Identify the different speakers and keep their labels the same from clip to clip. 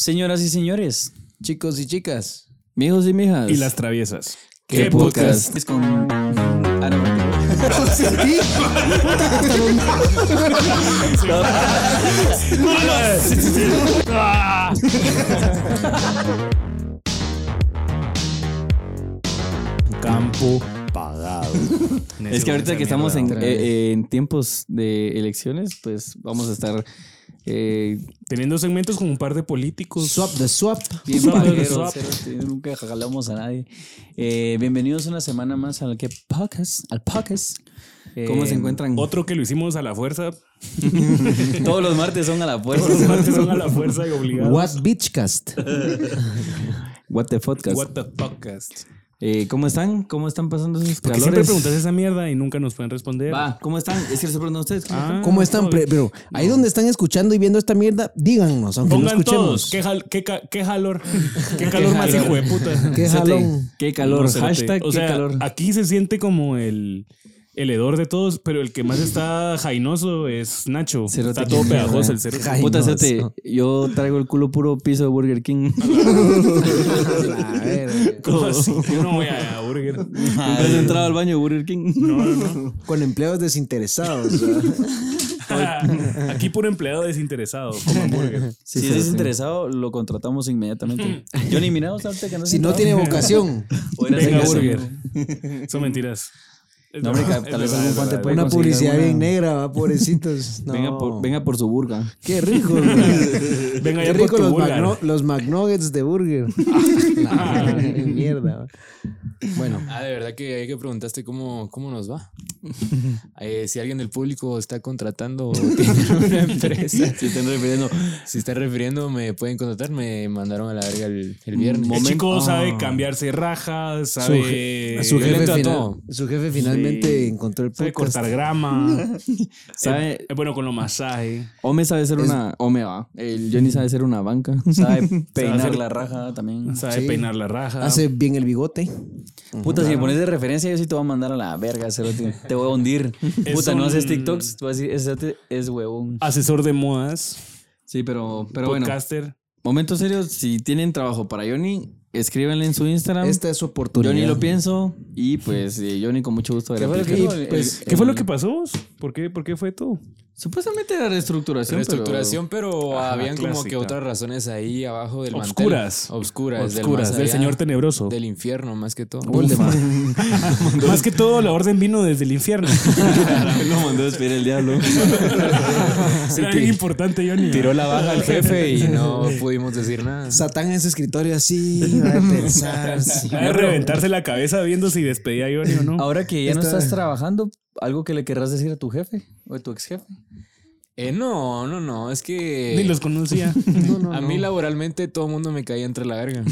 Speaker 1: Señoras y señores,
Speaker 2: Chicos y chicas, mijos y mijas.
Speaker 3: Y las traviesas.
Speaker 2: ¿Qué,
Speaker 3: ¿Qué
Speaker 2: podcast?
Speaker 1: es con. Ah, no,
Speaker 3: Campo pagado.
Speaker 1: es que ahorita que estamos en, eh, eh, en tiempos de elecciones, pues vamos a estar eh,
Speaker 3: Teniendo segmentos con un par de políticos.
Speaker 2: Swap the swap.
Speaker 1: bien
Speaker 3: Swap,
Speaker 1: pajeros,
Speaker 3: swap.
Speaker 1: cerote, nunca jalamos a nadie. Eh, bienvenidos una semana más al que podcast, al podcast.
Speaker 2: ¿Cómo
Speaker 1: Eh,
Speaker 2: se encuentran?
Speaker 3: Otro que lo hicimos a la fuerza.
Speaker 1: Todos los martes son a la puerta.
Speaker 3: Los martes son a la fuerza y obligados.
Speaker 2: What Bitchcast.
Speaker 1: What the podcast.
Speaker 3: What the podcast.
Speaker 1: Eh, ¿Cómo están? ¿Cómo están pasando sus
Speaker 3: Porque siempre
Speaker 1: calores?
Speaker 3: preguntas esa mierda y nunca nos pueden responder.
Speaker 1: Va, ¿cómo están? Es que les preguntan a ustedes. ¿cómo están?
Speaker 3: Ah,
Speaker 2: ¿Cómo están? Pre- Pero ahí donde están escuchando y viendo esta mierda, díganos, aunque no
Speaker 3: Pongan todos.
Speaker 2: escuchemos.
Speaker 3: ¿Qué, jal- qué, ca- qué jalor? ¿Qué calor más hijo de puta?
Speaker 2: Qué
Speaker 1: Cerote,
Speaker 2: jalón.
Speaker 1: Qué calor.
Speaker 3: No, cerote.
Speaker 1: Hashtag
Speaker 3: o sea,
Speaker 1: qué calor.
Speaker 3: Aquí se siente como el, el hedor de todos, pero el que más está jainoso es Nacho.
Speaker 1: Cerote,
Speaker 3: está todo
Speaker 1: qué mierda.
Speaker 3: pegajoso el cerote.
Speaker 2: Ay,
Speaker 1: Puta,
Speaker 2: no,
Speaker 1: cerote,
Speaker 2: eso.
Speaker 1: yo traigo el culo puro piso de Burger King.
Speaker 2: A ver,
Speaker 3: ¿Cómo así? Yo no voy a Burger.
Speaker 1: Nunca has entrado al baño de Burger King.
Speaker 2: Con empleos desinteresados.
Speaker 3: Aquí puro empleado desinteresado. Como hamburger.
Speaker 1: si estás interesado, lo contratamos inmediatamente. Johnny, mira, vos ahorita que no has
Speaker 2: Si no
Speaker 1: entrado.
Speaker 2: tiene vocación,
Speaker 1: O ir a
Speaker 3: Venga,
Speaker 1: hacer
Speaker 3: Burger.
Speaker 1: eso.
Speaker 3: Son mentiras. Es
Speaker 1: No, hombre,
Speaker 3: verdad,
Speaker 1: tal vez
Speaker 3: es verdad,
Speaker 1: algún
Speaker 3: es
Speaker 1: cuate
Speaker 3: verdad.
Speaker 1: puede-
Speaker 2: una
Speaker 1: conseguir
Speaker 2: publicidad
Speaker 1: alguna-
Speaker 2: bien negra, va, pobrecitos. No.
Speaker 1: Venga, por, venga por su burga.
Speaker 2: Qué rico, güey.
Speaker 3: Venga,
Speaker 2: Qué
Speaker 3: ya por
Speaker 2: rico
Speaker 3: tu
Speaker 2: los,
Speaker 3: burger.
Speaker 2: Magno- los McNuggets de burger. La mierda. va. Bueno,
Speaker 4: Ah, de verdad que ahí que preguntaste cómo, cómo nos va. Eh, si alguien del público está contratando o tiene una empresa,
Speaker 1: Si están refiriendo.
Speaker 4: si está refiriendo, me pueden contratar. Me mandaron a la verga el, el viernes.
Speaker 3: El
Speaker 1: Momento-
Speaker 3: chico sabe
Speaker 1: Ah.
Speaker 3: cambiarse rajas,
Speaker 2: su,
Speaker 3: sabe,
Speaker 2: je- su jefe,
Speaker 4: violento a
Speaker 2: final-
Speaker 4: todo.
Speaker 2: su jefe finalmente
Speaker 3: Sí.
Speaker 2: encontró el
Speaker 3: sabe
Speaker 2: podcast.
Speaker 3: cortar grama.
Speaker 1: Sabe-
Speaker 3: Es bueno con los masajes.
Speaker 1: Ome sabe ser una. Ome va. El Johnny sabe ser una banca. Sabe peinar
Speaker 3: hacer-
Speaker 1: la raja también.
Speaker 3: Sabe
Speaker 2: Sí.
Speaker 3: peinar la raja.
Speaker 2: Hace bien el bigote.
Speaker 1: Puta, si me pones de referencia, yo sí te voy a mandar a la verga, cerote. Te voy a hundir.
Speaker 3: Es
Speaker 1: Puta, no
Speaker 3: un-
Speaker 1: haces TikToks. Tú vas a decir, ese cerote es huevón.
Speaker 3: Asesor de modas.
Speaker 1: Sí, pero, pero bueno.
Speaker 3: podcaster.
Speaker 1: Momento serio, si tienen trabajo para Johnny, escríbanle en su Instagram.
Speaker 2: Esta es su oportunidad.
Speaker 1: Johnny lo pienso y pues eh, Johnny con mucho gusto.
Speaker 2: fue lo que
Speaker 1: replica.
Speaker 2: hizo?
Speaker 1: Y,
Speaker 2: El-
Speaker 1: pues,
Speaker 3: ¿Qué fue lo que pasó? ¿Por qué, por qué fue todo?
Speaker 1: Supuestamente era reestructuración. pero-
Speaker 4: Reestructuración, pero
Speaker 3: Mm, Ajá,
Speaker 4: habían como
Speaker 3: clásica.
Speaker 4: que otras razones ahí abajo del mantel.
Speaker 3: Obscuras.
Speaker 4: Obscuras. del
Speaker 3: Oscuras,
Speaker 4: más
Speaker 3: del
Speaker 4: allá,
Speaker 3: señor tenebroso.
Speaker 4: Del infierno, más que todo.
Speaker 3: Más que todo, la orden vino desde el infierno.
Speaker 1: lo mandó a despedir el diablo.
Speaker 3: Era bien importante, Johnny.
Speaker 4: Tiró la baja al jefe y no pudimos decir nada.
Speaker 2: Satán en su escritorio así, va a pensar. sí.
Speaker 3: Va a reventarse la cabeza viendo si despedía a Johnny o no.
Speaker 1: Ahora que ya no
Speaker 2: Esta-
Speaker 1: estás trabajando, algo que le querrás decir a tu jefe o a tu ex jefe.
Speaker 4: Eh, no, no, no. Es que.
Speaker 3: Ni los conocía.
Speaker 4: a mí laboralmente todo el mundo me caía entre la verga.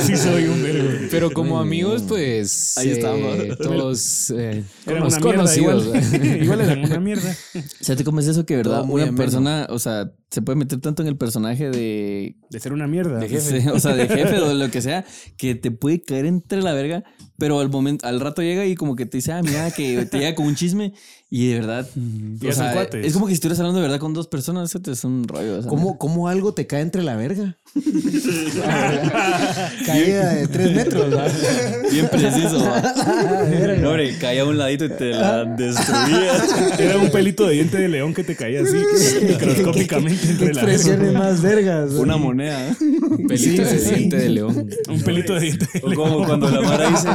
Speaker 3: sí, soy un vergo.
Speaker 4: Pero como amigos, pues.
Speaker 1: Ahí
Speaker 4: eh,
Speaker 1: estaba.
Speaker 4: todos. Eh,
Speaker 3: Era
Speaker 4: cono-
Speaker 3: una mierda
Speaker 4: conocidos.
Speaker 3: igual. igual era una mierda.
Speaker 1: O sea, te comes eso que, verdad,
Speaker 2: Todo muy
Speaker 1: una
Speaker 2: ameno.
Speaker 1: persona, o sea, se puede meter tanto en el personaje de.
Speaker 3: De ser una mierda. pues,
Speaker 1: Sí, o sea, de jefe o de lo que sea, que te puede caer entre la verga, pero al momento, al rato llega y como que te dice, ah, mira, que te llega con un chisme y de verdad.
Speaker 3: Ya
Speaker 1: o
Speaker 3: son
Speaker 1: sea,
Speaker 3: cuates.
Speaker 1: es como que si estuvieras hablando de verdad con dos personas, eso te es un rollo. o sea,
Speaker 2: ¿Cómo, ¿Cómo algo te cae entre la verga? Caída de tres metros. ¿va?
Speaker 1: Bien preciso. va. No, hombre, caía a un ladito y te la destruía.
Speaker 3: Era un pelito de diente de león que te caía así, microscópicamente
Speaker 2: Qué
Speaker 3: entre la
Speaker 2: expresiones
Speaker 3: verga.
Speaker 2: más vergas. ¿va?
Speaker 1: Una moneda.
Speaker 4: Pelito
Speaker 2: Sí,
Speaker 4: de
Speaker 2: sí.
Speaker 4: diente de león.
Speaker 3: Un pelito de diente de
Speaker 1: O como cuando la Mara dice,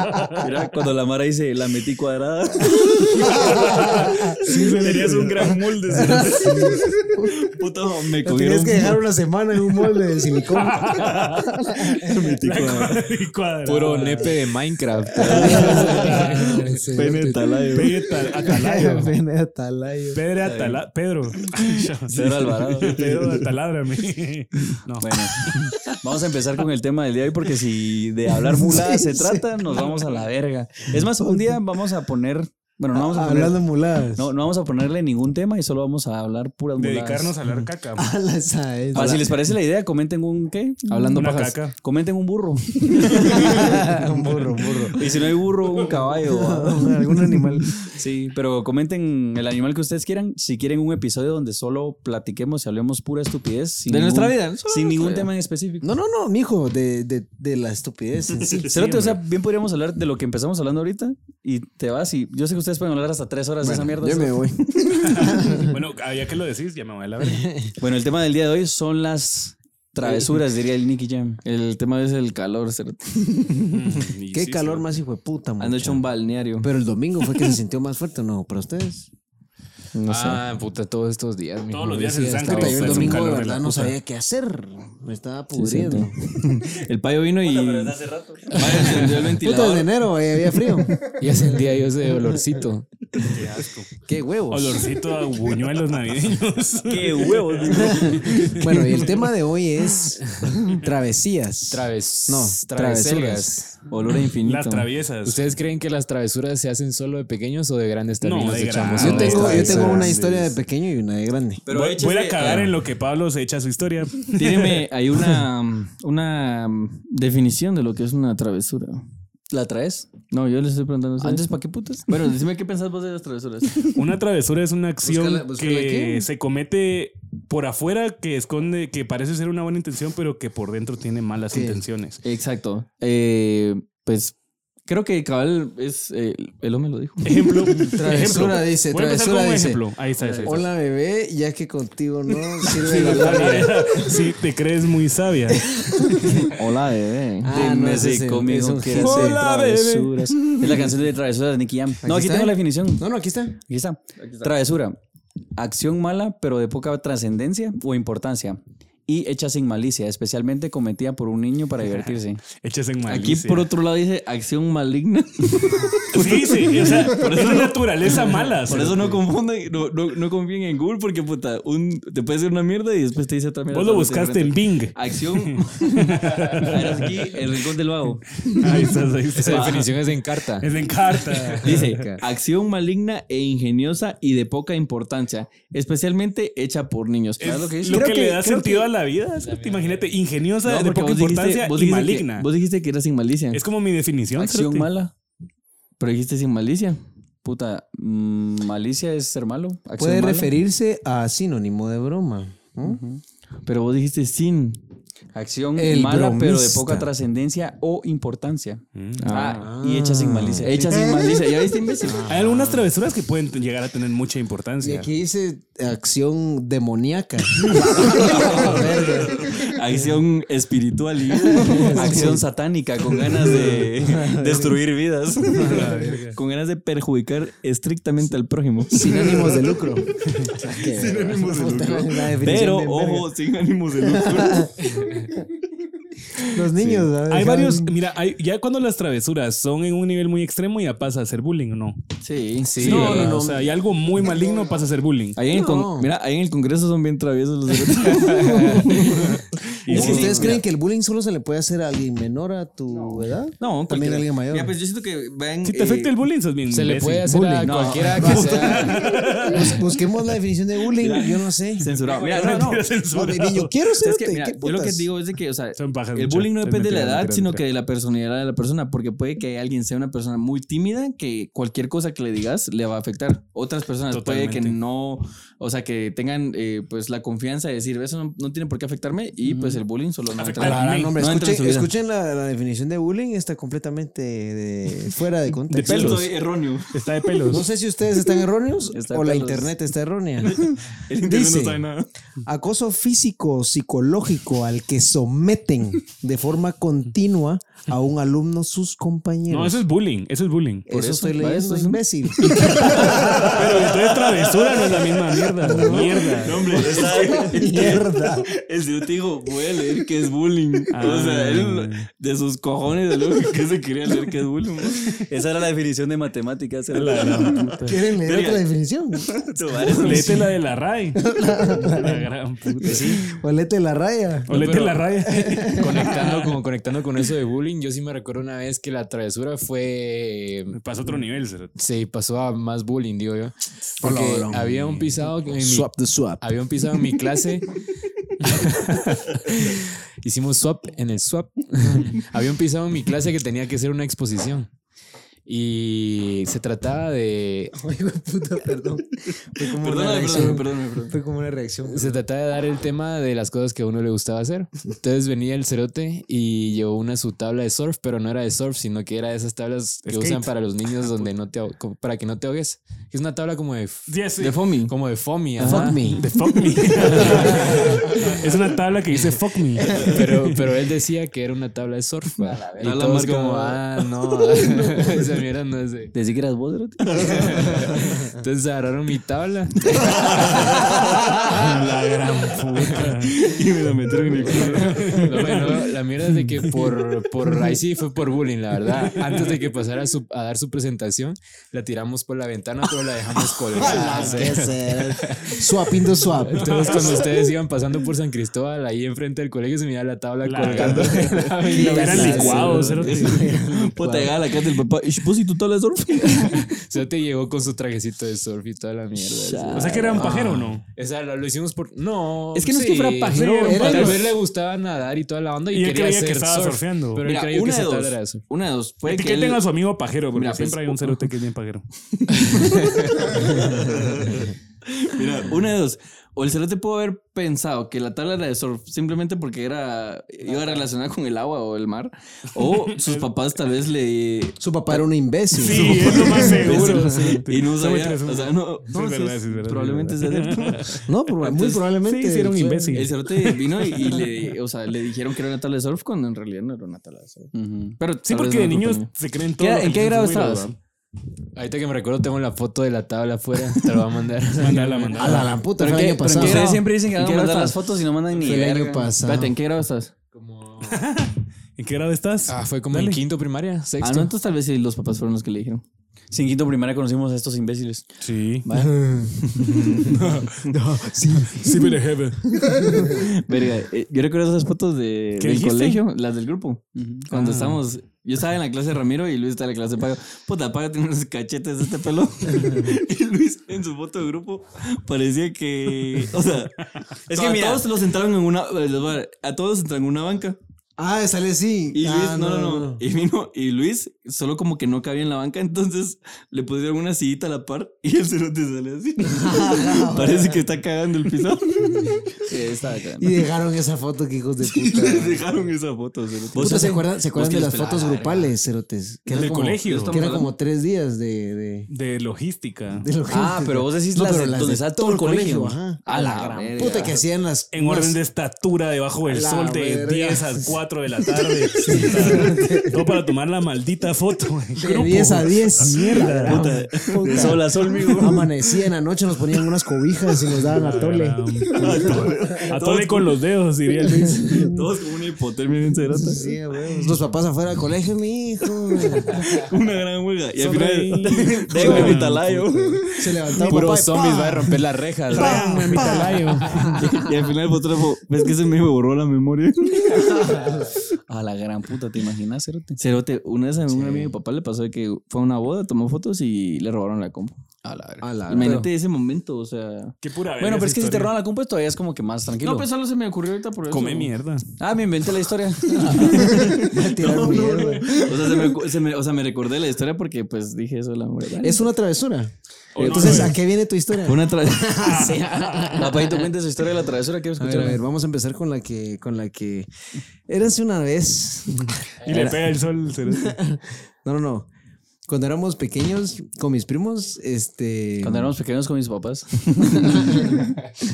Speaker 1: mira, cuando la Mara dice, la metí cuadrada.
Speaker 3: Sí, se le-
Speaker 1: Tenías un gran molde. Puto, me
Speaker 2: Lo
Speaker 1: cogieron.
Speaker 2: tenías que dejar una semana en un molde de silicón.
Speaker 3: y cuadra.
Speaker 4: Puro nepe de Minecraft.
Speaker 2: Sí.
Speaker 1: Pene de talayo.
Speaker 3: Pedro Atalaya.
Speaker 2: Pene de eh, atalayo.
Speaker 3: Pedro Atalaya. Pedro.
Speaker 1: Pedro Alvarado.
Speaker 3: Pedro Ataládrame. No.
Speaker 1: Bueno, vamos a empezar con el tema del día de hoy porque si de hablar muladas
Speaker 2: Sí,
Speaker 1: se
Speaker 2: sí.
Speaker 1: trata, nos vamos a la verga. Es más, un día vamos a poner Bueno, no vamos a poner-
Speaker 2: Hablando Ah, muladas.
Speaker 1: no, no vamos a ponerle ningún tema y solo vamos a hablar puras muladas.
Speaker 3: Dedicarnos a hablar caca.
Speaker 2: A las a esas.
Speaker 1: Ah, si les parece la idea, comenten un qué. Hablando
Speaker 3: Una
Speaker 1: pajas.
Speaker 3: caca.
Speaker 1: Comenten un burro.
Speaker 2: un burro, un burro.
Speaker 1: Y si no hay burro, un caballo. ¿va?
Speaker 2: Algún animal.
Speaker 1: Sí, pero comenten el animal que ustedes quieran. Si quieren un episodio donde solo platiquemos y hablemos pura estupidez. sin
Speaker 5: De nuestra
Speaker 1: ningún-
Speaker 5: vida, solo
Speaker 1: Sin
Speaker 5: de
Speaker 1: ningún
Speaker 5: nuestra
Speaker 1: tema en específico.
Speaker 2: No, no, no, mijo, de, de, de la estupidez. en sí.
Speaker 1: Cerote, o sea, bien podríamos hablar de lo que empezamos hablando ahorita y te vas y yo sé que ustedes pueden hablar hasta tres horas de esa mierda.
Speaker 2: Yo me voy.
Speaker 3: bueno, ah, ya que lo decís, ya me voy a la verga.
Speaker 1: Bueno, el tema del día de hoy son las travesuras, diría el Nicky Jam. El tema es el calor. cerote.
Speaker 3: Y
Speaker 2: Qué
Speaker 3: sí,
Speaker 2: calor
Speaker 3: sí.
Speaker 2: más hijo de puta,
Speaker 1: Han hecho un balneario.
Speaker 2: Pero el domingo fue que se sintió más fuerte, ¿no? Para ustedes.
Speaker 1: No sé.
Speaker 4: ah, puta, todos estos días. mijo.
Speaker 3: los días en
Speaker 4: Sí, hasta
Speaker 3: sangre.
Speaker 2: Puta,
Speaker 4: ahorita.
Speaker 2: yo
Speaker 3: es
Speaker 2: el
Speaker 3: un
Speaker 2: domingo
Speaker 3: calor
Speaker 2: pues, de
Speaker 3: de
Speaker 2: verdad
Speaker 3: la
Speaker 2: no
Speaker 3: puta.
Speaker 2: sabía qué hacer. Me estaba pudriendo.
Speaker 1: El payo vino y. Vaya, encendió el
Speaker 2: Puta, desde
Speaker 1: ventilador.
Speaker 2: enero eh, había frío.
Speaker 4: Ya sentía yo ese olorcito.
Speaker 3: Qué asco.
Speaker 2: Qué
Speaker 1: Pues.
Speaker 2: huevos.
Speaker 3: Olorcito a buñuelos navideños.
Speaker 1: Qué huevos.
Speaker 2: Bueno, y el tema de hoy es travesías.
Speaker 4: Traves.
Speaker 2: No,
Speaker 4: traveselgas.
Speaker 1: Olor a infinito.
Speaker 3: Las traviesas.
Speaker 4: ¿Ustedes creen que las travesuras se hacen solo de pequeños o de grandes
Speaker 3: No,
Speaker 4: también las
Speaker 3: de
Speaker 4: echamos?
Speaker 2: yo
Speaker 3: grandes.
Speaker 4: a
Speaker 2: tengo,
Speaker 4: las
Speaker 2: yo tengo una
Speaker 4: travesuras?
Speaker 2: historia de pequeño y una de grande.
Speaker 1: Pero
Speaker 3: voy, voy a
Speaker 1: échese- eh,
Speaker 3: cagar en lo que Pablo se echa su historia.
Speaker 1: Tíreme, hay una, um, una um, definición de lo que es una travesura.
Speaker 2: ¿La traes?
Speaker 1: No, yo les estoy preguntando. a ustedes.
Speaker 2: Antes, ¿para qué putas?
Speaker 1: Bueno, decime qué pensás vos de las travesuras.
Speaker 3: Una travesura es una acción
Speaker 2: Búscala- búscala
Speaker 3: que
Speaker 2: aquí.
Speaker 3: se comete por afuera, que esconde, que parece ser una buena intención, pero que por dentro tiene malas
Speaker 2: Sí.
Speaker 3: intenciones.
Speaker 1: Exacto. Eh, pues creo que cabal es. eh, el hombre lo dijo.
Speaker 3: Ejemplo.
Speaker 2: Travesura
Speaker 3: ejemplo.
Speaker 2: dice,
Speaker 3: Voy a empezar con
Speaker 2: travesura
Speaker 3: un
Speaker 2: dice.
Speaker 3: ejemplo. Ahí está, ahí está, ahí está.
Speaker 2: Hola bebé, ya que contigo no sirve la labia.
Speaker 3: Sí, te crees muy sabia.
Speaker 1: Hola, bebé.
Speaker 2: Ah,
Speaker 1: Dime
Speaker 2: no, ese
Speaker 1: si
Speaker 2: es el- es
Speaker 1: conmigo
Speaker 2: un
Speaker 1: quieres
Speaker 2: hit.
Speaker 1: hacer
Speaker 3: Hola, bebé.
Speaker 1: travesuras. Es la canción de travesuras de Nicky Jam. no, aquí
Speaker 2: está.
Speaker 1: tengo la definición.
Speaker 2: No, no, aquí está.
Speaker 1: Aquí está. Travesura. Acción mala, pero de poca trascendencia o importancia. Y hecha sin malicia, especialmente cometida por un niño para divertirse.
Speaker 3: Echas en
Speaker 1: Aquí,
Speaker 3: malicia.
Speaker 1: por otro lado, dice acción maligna.
Speaker 3: Sí, sí. O sea, es una naturaleza mala.
Speaker 1: Por eso no confunden, no, no, no confíen en Google, porque puta, un, te puede decir una mierda y después te dice otra mierda.
Speaker 3: Vos lo
Speaker 1: totalmente
Speaker 3: buscaste en Bing.
Speaker 1: Acción. Ahora sí, aquí, el rincón del vago.
Speaker 3: Ahí estás, ahí
Speaker 4: Esa
Speaker 3: estás.
Speaker 4: definición es en carta.
Speaker 3: Es en carta.
Speaker 1: Dice, acción maligna e ingeniosa y de poca importancia, especialmente hecha por niños.
Speaker 3: Es
Speaker 1: Claro
Speaker 3: lo
Speaker 1: que
Speaker 3: que,
Speaker 1: dice.
Speaker 2: Creo
Speaker 3: le
Speaker 2: que-
Speaker 3: da
Speaker 2: creo
Speaker 3: sentido
Speaker 2: que-
Speaker 3: a la vida. es que te imagínate, ingeniosa,
Speaker 1: No,
Speaker 3: de
Speaker 1: porque
Speaker 3: poca
Speaker 1: vos dijiste-
Speaker 3: importancia
Speaker 1: vos
Speaker 3: y
Speaker 1: dijiste que-
Speaker 3: maligna.
Speaker 1: vos dijiste que era sin malicia.
Speaker 3: Es como mi definición.
Speaker 1: acción
Speaker 3: cerote.
Speaker 1: mala. Pero dijiste sin malicia. Puta, mm, malicia es ser malo. Acción
Speaker 2: Puede
Speaker 1: mala.
Speaker 2: referirse a sinónimo de broma. ¿no?
Speaker 1: Pero vos dijiste sin. Acción
Speaker 2: El
Speaker 1: mala, pero de
Speaker 2: bromista.
Speaker 1: poca trascendencia o importancia.
Speaker 3: Mm.
Speaker 1: Ah, y hecha sin malicia. Hecha sin malicia. ¿Ya viste, imbécil?
Speaker 3: Hay algunas travesuras que pueden t- llegar a tener mucha
Speaker 2: Y
Speaker 3: importancia.
Speaker 2: aquí dice acción demoníaca.
Speaker 1: Acción espiritual y acción satánica con ganas de destruir vidas. con ganas de perjudicar estrictamente al prójimo.
Speaker 2: Sin ánimos de lucro. Sinónimos de lucro.
Speaker 1: Pero, ojo, sin ánimos de lucro.
Speaker 2: Los niños. ¿verdad?
Speaker 3: Hay
Speaker 2: Dejaban-
Speaker 3: varios, mira, hay- ya cuando las travesuras son en un nivel muy extremo ya pasa a ser bullying, ¿o ¿no?
Speaker 1: Sí, sí.
Speaker 3: no, no, no. O sea, hay algo muy maligno pasa a ser bullying.
Speaker 1: Ahí en el con-
Speaker 2: No.
Speaker 1: mira, ahí en el Congreso son bien traviesos los
Speaker 3: Y
Speaker 2: Es que
Speaker 3: sí,
Speaker 2: ¿Ustedes
Speaker 3: sí,
Speaker 2: creen que el bullying solo se le puede hacer a alguien menor a tu edad?
Speaker 1: No,
Speaker 2: También a alguien mayor.
Speaker 1: Ya, pues yo siento que ven.
Speaker 3: Si te afecta el bullying, sos bien
Speaker 4: Se le
Speaker 3: imbécil.
Speaker 4: puede hacer a
Speaker 2: Bullying, no.
Speaker 4: cualquiera que sea.
Speaker 2: Bus- Busquemos la definición de bullying.
Speaker 1: Mira.
Speaker 2: yo no sé.
Speaker 1: Censurado. Mira, no, no.
Speaker 3: Mentira, censura.
Speaker 2: No, baby, yo quiero ser.
Speaker 1: Es que, mira, yo lo que digo es de que, o sea,
Speaker 3: Son pajas,
Speaker 1: el
Speaker 3: mucho.
Speaker 1: bullying no
Speaker 3: Es
Speaker 1: depende de la
Speaker 3: mentira,
Speaker 1: edad,
Speaker 3: mentira,
Speaker 1: sino
Speaker 3: mentira.
Speaker 1: que de la personalidad de la persona, porque puede que alguien sea una persona muy tímida que cualquier cosa que le digas le va a afectar. Otras personas puede que
Speaker 3: Totalmente.
Speaker 1: no, o sea, que tengan eh, pues la confianza de decir, eso no, no tiene por qué afectarme y pues el bullying solo no
Speaker 3: Afecta
Speaker 1: entra.
Speaker 3: a la-
Speaker 2: hombre,
Speaker 1: No entra en
Speaker 2: escuchen,
Speaker 1: su vida.
Speaker 2: escuchen la, la definición de bullying, está completamente de- fuera de contexto.
Speaker 3: pelos.
Speaker 1: Estoy erróneo.
Speaker 3: Está de
Speaker 2: No
Speaker 3: pelos.
Speaker 2: sé si ustedes están erróneos
Speaker 1: Está de
Speaker 2: o la
Speaker 1: pelos.
Speaker 2: internet está errónea.
Speaker 1: El
Speaker 2: internet no
Speaker 1: no
Speaker 2: sabe Acoso físico o psicológico al que someten de forma continua a un alumno sus compañeros.
Speaker 3: No, eso es bullying. Eso es bullying.
Speaker 2: Eso
Speaker 1: eso,
Speaker 2: estoy
Speaker 1: va,
Speaker 2: leyendo,
Speaker 1: eso es un-
Speaker 2: imbécil.
Speaker 3: Pero entonces travesura no es la misma mierda. Mierda.
Speaker 1: hombre, está
Speaker 2: Mierda.
Speaker 1: El señor te dijo, voy a leer qué que es bullying. o sea,
Speaker 3: Ah.
Speaker 1: él de sus cojones de lo que se quería leer que es bullying. Esa era la definición de matemáticas. Era la,
Speaker 2: ¿Quieren leer
Speaker 1: Verga.
Speaker 2: otra definición?
Speaker 3: Léete la de la RAE. La gran puta.
Speaker 2: O léete la raya.
Speaker 3: O léete
Speaker 4: pero-
Speaker 3: la RAE.
Speaker 4: conectando, como conectando con eso de bullying, yo sí me recuerdo una vez que la travesura fue.
Speaker 3: Pasa a otro nivel. cerote.
Speaker 4: Se pasó a más bullying, digo yo. Porque
Speaker 2: Hola, hola.
Speaker 4: había un pisado que en mi-
Speaker 2: Swap the swap.
Speaker 4: había un pisado en mi clase. Hicimos swap en el swap. había un pisado en mi clase que tenía que hacer una exposición. Y se trataba de.
Speaker 2: Ay, hijo de puta, perdón. Fue como una
Speaker 1: Perdóname,
Speaker 2: reacción.
Speaker 1: perdóname, perdóname, perdóname.
Speaker 2: Fue como una reacción.
Speaker 4: Se trataba de dar el tema de las cosas que a uno le gustaba hacer. Entonces venía el cerote y llevó una su tabla de surf, pero no era de surf, sino que era de esas tablas que
Speaker 3: Skate.
Speaker 4: usan para los niños donde no te ahog- como para que no te ahogues. Es una tabla como de f-
Speaker 3: Sí, sí.
Speaker 1: De Fomi.
Speaker 4: como de foamy, ajá.
Speaker 2: Fuck me.
Speaker 3: De fuck me. es una tabla que dice fuck me.
Speaker 4: Pero, pero él decía que era una tabla de surf. ¿va? Y
Speaker 1: A la
Speaker 4: todos
Speaker 1: marca.
Speaker 4: como, ah, no, esa mierda no es de...
Speaker 1: Decí que eras vos, ¿verdad?
Speaker 4: Entonces agarraron mi tabla.
Speaker 3: la gran puta.
Speaker 1: Y me la metieron en el culo.
Speaker 4: No, bueno, la mierda es de que por, por ahí sí fue por bullying, la verdad. Antes de que pasara su- a dar su presentación, la tiramos por la ventana, pero la dejamos colgada. sí.
Speaker 2: ¿Qué será? Swap in the swap.
Speaker 4: Entonces, cuando ustedes iban pasando por San Cristóbal, ahí enfrente del colegio se miraba la tabla
Speaker 3: La-
Speaker 4: colgando. de la
Speaker 2: Sí,
Speaker 4: ventana.
Speaker 3: Eran
Speaker 2: sí,
Speaker 3: licuados.
Speaker 2: sí.
Speaker 3: cerote.
Speaker 1: Puta, llegaba a la casa del papá. ¿Y vos y tu tabla de surf?
Speaker 4: Se te llegó con su trajecito de surf y toda la mierda.
Speaker 3: O sea que eran pajero o no.
Speaker 4: O sea, lo, lo hicimos por. No.
Speaker 1: Es que no es que fuera pajero,
Speaker 4: sí,
Speaker 2: era
Speaker 4: tal
Speaker 2: los-
Speaker 4: vez le gustaba nadar y toda la onda y,
Speaker 3: Y él
Speaker 4: quería
Speaker 3: creía que
Speaker 4: hacer
Speaker 3: estaba
Speaker 4: surf,
Speaker 3: surfeando.
Speaker 4: Pero él
Speaker 1: Mira,
Speaker 4: creía que
Speaker 1: una de
Speaker 4: esa tabla
Speaker 1: dos.
Speaker 4: era de surf.
Speaker 1: Una de dos. Puede que
Speaker 3: Etiqueten
Speaker 1: él-
Speaker 3: a su amigo pajero, porque
Speaker 1: Mira,
Speaker 3: siempre
Speaker 1: pues,
Speaker 3: hay un cerote que es bien pajero.
Speaker 1: Mira, una de dos. O el cerote pudo haber pensado que la tabla era de surf simplemente porque era iba relacionada con el agua o el mar. O sus papás tal vez le...
Speaker 2: Su papá era un imbécil.
Speaker 3: Sí, es lo más seguro. cerote.
Speaker 1: Y no
Speaker 3: Está muy
Speaker 1: sabía...
Speaker 3: interesante.
Speaker 1: O sea, no...
Speaker 3: Sí,
Speaker 1: no,
Speaker 3: es
Speaker 1: sí,
Speaker 3: verdad, sí, es verdad,
Speaker 1: Probablemente
Speaker 3: es
Speaker 1: sea
Speaker 3: verdad.
Speaker 1: cierto.
Speaker 2: No, proba- muy
Speaker 1: Entonces,
Speaker 2: probablemente.
Speaker 3: Sí, hicieron
Speaker 2: fue-
Speaker 3: imbécil.
Speaker 1: El cerote vino y, y le, o sea, le dijeron que era una tabla de surf cuando en realidad no era una tabla de surf. Pero
Speaker 3: Sí, porque de niños se creen todo.
Speaker 1: ¿Qué-
Speaker 3: lo que
Speaker 1: en qué
Speaker 3: les
Speaker 1: grado
Speaker 3: dicen, güey,
Speaker 1: estabas?
Speaker 3: ¿verdad?
Speaker 4: Ahorita que me recuerdo, tengo la foto de la tabla afuera. Te la voy a mandar.
Speaker 3: Mandala,
Speaker 2: A
Speaker 3: mandala.
Speaker 2: la, la puta,
Speaker 1: Pero
Speaker 2: fue
Speaker 1: en qué,
Speaker 2: el año pasado.
Speaker 1: ustedes siempre dicen que van a mandar
Speaker 2: grado
Speaker 1: las fotos y no mandan ni
Speaker 2: Fue el año
Speaker 1: verga.
Speaker 2: pasado.
Speaker 1: Espérate, ¿en qué grado estás?
Speaker 4: Como-
Speaker 3: ¿En qué grado estás?
Speaker 4: Ah, fue como
Speaker 3: Dale.
Speaker 4: en quinto primaria,
Speaker 1: Ah,
Speaker 4: sexto.
Speaker 1: no, entonces tal vez sí los papás fueron los que le dijeron. Si en quinto primaria conocimos a estos imbéciles.
Speaker 3: Sí.
Speaker 2: No, sí.
Speaker 3: Sí, me jefe.
Speaker 1: Verga, eh, yo recuerdo esas fotos de,
Speaker 3: ¿Qué
Speaker 1: del
Speaker 3: dijiste?
Speaker 1: colegio, las del grupo. Cuando
Speaker 3: Ah.
Speaker 1: estábamos, yo estaba en la clase de Ramiro y Luis estaba en la clase de Pago. Puta, Pago tiene unos cachetes de este pelo. y Luis en su foto de grupo parecía que, o sea, es que a
Speaker 4: mira-
Speaker 1: todos los entraron en una, eh, les voy a dar, a todos entraron en una banca.
Speaker 2: Ah, sale así.
Speaker 1: Y Luis,
Speaker 2: Ah,
Speaker 1: no, no, no, Y vino, y Luis solo como que no cabía en la banca, entonces le pusieron una sillita a la par y el cerote sale así. Parece que está cagando el piso.
Speaker 2: Y dejaron esa foto, que hijos de puta.
Speaker 1: Les dejaron esa foto, cerote.
Speaker 2: Puta, ¿Se acuerdan, ¿se
Speaker 1: vos
Speaker 2: acuerdan
Speaker 1: que
Speaker 2: de
Speaker 1: les
Speaker 2: las
Speaker 1: pelaba
Speaker 2: fotos
Speaker 1: la verga.
Speaker 2: grupales, cerotes? Que eran
Speaker 3: Del
Speaker 2: como-
Speaker 3: colegio.
Speaker 2: Que eran como tres días de... de,
Speaker 3: De logística.
Speaker 2: de lo que-
Speaker 1: Ah, pero vos decís
Speaker 2: No,
Speaker 1: las
Speaker 2: pero
Speaker 1: de- donde
Speaker 2: de
Speaker 1: está todo el colegio.
Speaker 2: ajá.
Speaker 1: A la gran
Speaker 2: Puta,
Speaker 1: verga.
Speaker 2: que hacían las...
Speaker 3: En
Speaker 2: unas-
Speaker 3: orden de estatura, debajo del
Speaker 2: La
Speaker 3: sol, de
Speaker 2: verga.
Speaker 3: 10 a 4 de la tarde. Puta, Todo para tomar la maldita foto. en
Speaker 2: De
Speaker 3: grupo.
Speaker 2: 10 a 10. Mierda.
Speaker 1: Puta,
Speaker 2: Puta.
Speaker 1: de sol a sol, mijo.
Speaker 2: Amanecía en la noche, nos ponían unas cobijas y nos daban a tole.
Speaker 3: Atole um, con los dedos, diría Luis.
Speaker 1: Todos con una hipotermia bien cerota.
Speaker 2: Sí, güey. Los papás afuera del colegio, mi hijo.
Speaker 1: Una gran huelga. Y al final,
Speaker 3: Sonreí.
Speaker 1: déjame mi talayo.
Speaker 2: Se levantaba
Speaker 4: Puro
Speaker 2: papá y
Speaker 4: zombies
Speaker 2: ¡pam!
Speaker 4: va a romper las rejas. ¿verdad?
Speaker 2: ¡Pam! ¡Pam!
Speaker 1: Y al final el fotógrafo, ves que se me borró la memoria. A la gran puta, ¿te imaginas, Cerote? Cerote, una vez a un amigo de mi papá le pasó de que fue a una boda, tomó fotos y le robaron la compu.
Speaker 4: A la verga.
Speaker 2: A la-
Speaker 1: Imagínate ese momento, o sea.
Speaker 3: Qué pura verga
Speaker 1: Bueno, pero
Speaker 3: esa
Speaker 1: es que si te
Speaker 3: historia.
Speaker 1: roban la compu todavía es como que más tranquilo.
Speaker 4: No, pues,
Speaker 1: solo se me ocurrió ahorita por
Speaker 3: Come mierda.
Speaker 1: Ah, me inventé la historia.
Speaker 2: a tirar mierda.
Speaker 1: O sea, se me, ocu- se me- o sea, me recordé la historia porque pues dije eso la verdad.
Speaker 2: Es una travesura.
Speaker 3: O no,
Speaker 2: Entonces,
Speaker 3: no,
Speaker 2: ¿a qué viene tu historia?
Speaker 1: Fue una travesura. Papadito, cuenta su historia de la travesura. Quiero
Speaker 2: A
Speaker 1: escuchar.
Speaker 2: ver, a ver, vamos a empezar con la que, con la que. Érase una vez.
Speaker 3: Y le pega el sol. se-
Speaker 2: No, no, no. Cuando éramos pequeños con mis primos, este.
Speaker 1: Cuando éramos pequeños con mis papás.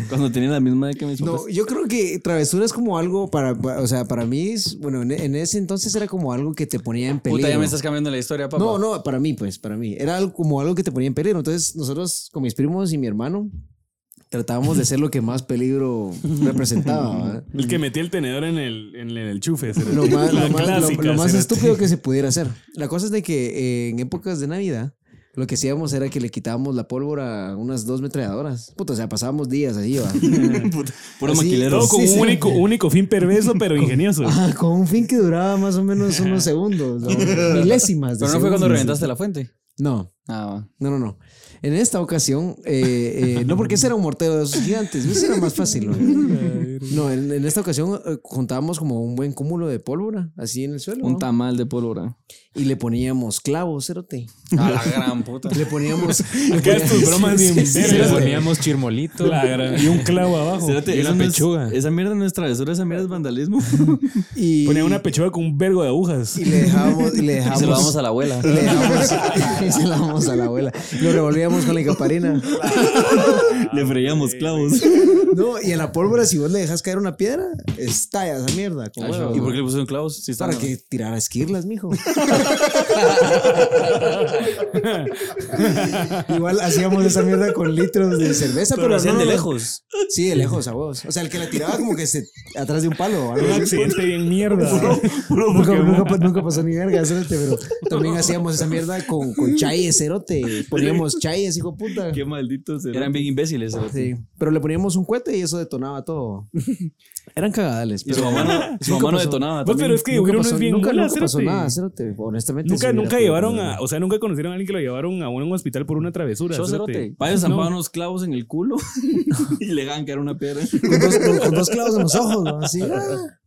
Speaker 1: Cuando tenían la misma edad que mis papás.
Speaker 2: No, yo creo que travesura es como algo para, para- o sea, para mí, es- bueno, en, en ese entonces era como algo que te ponía en peligro.
Speaker 1: Puta, ya me estás cambiando la historia, papá.
Speaker 2: No, no, para mí, pues, para mí. Era algo, como algo que te ponía en peligro. Entonces, nosotros con mis primos y mi hermano tratábamos de hacer lo que más peligro representaba. ¿verdad?
Speaker 3: El que metía el tenedor en el, en el enchufe. cerote.
Speaker 2: Lo más,
Speaker 3: La
Speaker 2: lo más- lo-
Speaker 3: clásica,
Speaker 2: lo más
Speaker 3: cerote.
Speaker 2: estúpido que se pudiera hacer. La cosa es de que eh, en épocas de Navidad, lo que hacíamos era que le quitábamos la pólvora a unas dos metralladoras. Puta, o sea, pasábamos días ahí, ¿va?
Speaker 1: Puro
Speaker 2: Así,
Speaker 1: maquilero.
Speaker 3: Todo con
Speaker 2: Sí,
Speaker 3: un
Speaker 2: sí.
Speaker 3: único, único fin perverso, pero ingenioso.
Speaker 2: Ajá, Ah, con un fin que duraba más o menos unos segundos, ¿no? milésimas. de
Speaker 1: Pero no fue cuando
Speaker 2: segundos.
Speaker 1: reventaste la fuente.
Speaker 2: No,
Speaker 1: Ah, va.
Speaker 2: no, no, no. En esta ocasión, eh, eh, no porque ese era un mortero de esos gigantes, ese era más fácil. ¿no? No, en, en esta ocasión eh, juntábamos como un buen cúmulo de pólvora, así en el suelo.
Speaker 1: Un
Speaker 2: ¿no?
Speaker 1: tamal de pólvora.
Speaker 2: Y le poníamos clavos, cerote.
Speaker 1: A la gran puta.
Speaker 2: Le poníamos. le
Speaker 3: Acá es tus
Speaker 2: poníamos-
Speaker 3: bromas bien
Speaker 4: le
Speaker 3: vergas,
Speaker 4: poníamos chirmolito.
Speaker 3: La gran- Y un clavo abajo.
Speaker 1: Espérate,
Speaker 4: y una
Speaker 1: eso no es-
Speaker 4: pechuga.
Speaker 1: esa mierda no es travesura, esa mierda es vandalismo.
Speaker 2: y,
Speaker 3: Ponía una pechuga con un vergo de agujas.
Speaker 2: y le dejábamos. Y le
Speaker 1: Y
Speaker 2: dejábamos
Speaker 1: se lo damos a la abuela.
Speaker 2: y le dejábamos- y se lo dábamos a la abuela. Lo revolvíamos con la encaparina.
Speaker 1: Le freíamos clavos.
Speaker 2: No, y a la pólvora, si vos le dejas caer una piedra, estalla esa mierda. con huevo.
Speaker 1: ¿Y por qué le pusieron clavos? Si
Speaker 2: Para que tirara esquirlas, mijo. Igual hacíamos esa mierda con litros de cerveza, pero,
Speaker 1: Pero lo hacían
Speaker 2: no,
Speaker 1: de
Speaker 2: no.
Speaker 1: lejos.
Speaker 2: Sí, de lejos, a vos. O sea, el que la tiraba como que se atrás de un palo. o algo
Speaker 3: Un
Speaker 2: así.
Speaker 3: accidente bien mierda.
Speaker 2: Nunca, nunca pa- nunca pasó ni verga, cerote, pero también hacíamos esa mierda con, con chayes, cerote. Poníamos chayes, hijo de puta.
Speaker 1: Qué maldito Eran bien imbéciles. ¿verdad?
Speaker 2: Sí, pero le poníamos un cohete y eso detonaba todo. Eran cagadales.
Speaker 1: Y su mamá no, su
Speaker 2: Nunca
Speaker 1: mamá no
Speaker 2: pasó.
Speaker 1: detonaba.
Speaker 3: Vos,
Speaker 1: también.
Speaker 3: pero es que
Speaker 2: nunca
Speaker 3: uno
Speaker 2: pasó,
Speaker 3: es bien
Speaker 2: nunca,
Speaker 3: bola,
Speaker 2: nunca pasó
Speaker 3: cerote.
Speaker 2: nada, cerote. Honestamente.
Speaker 3: Nunca,
Speaker 2: se hubiera
Speaker 3: nunca
Speaker 2: podido
Speaker 3: llevaron
Speaker 2: hacer.
Speaker 3: a, o sea, nunca conocieron a alguien que lo llevaron a un hospital por una travesura.
Speaker 1: Yo,
Speaker 3: cerote.
Speaker 1: cerote, Varios zampaban unos clavos en el culo y le dejaban caer una piedra.
Speaker 2: Con dos, con- con dos clavos en los ojos, ¿no? Así, ah.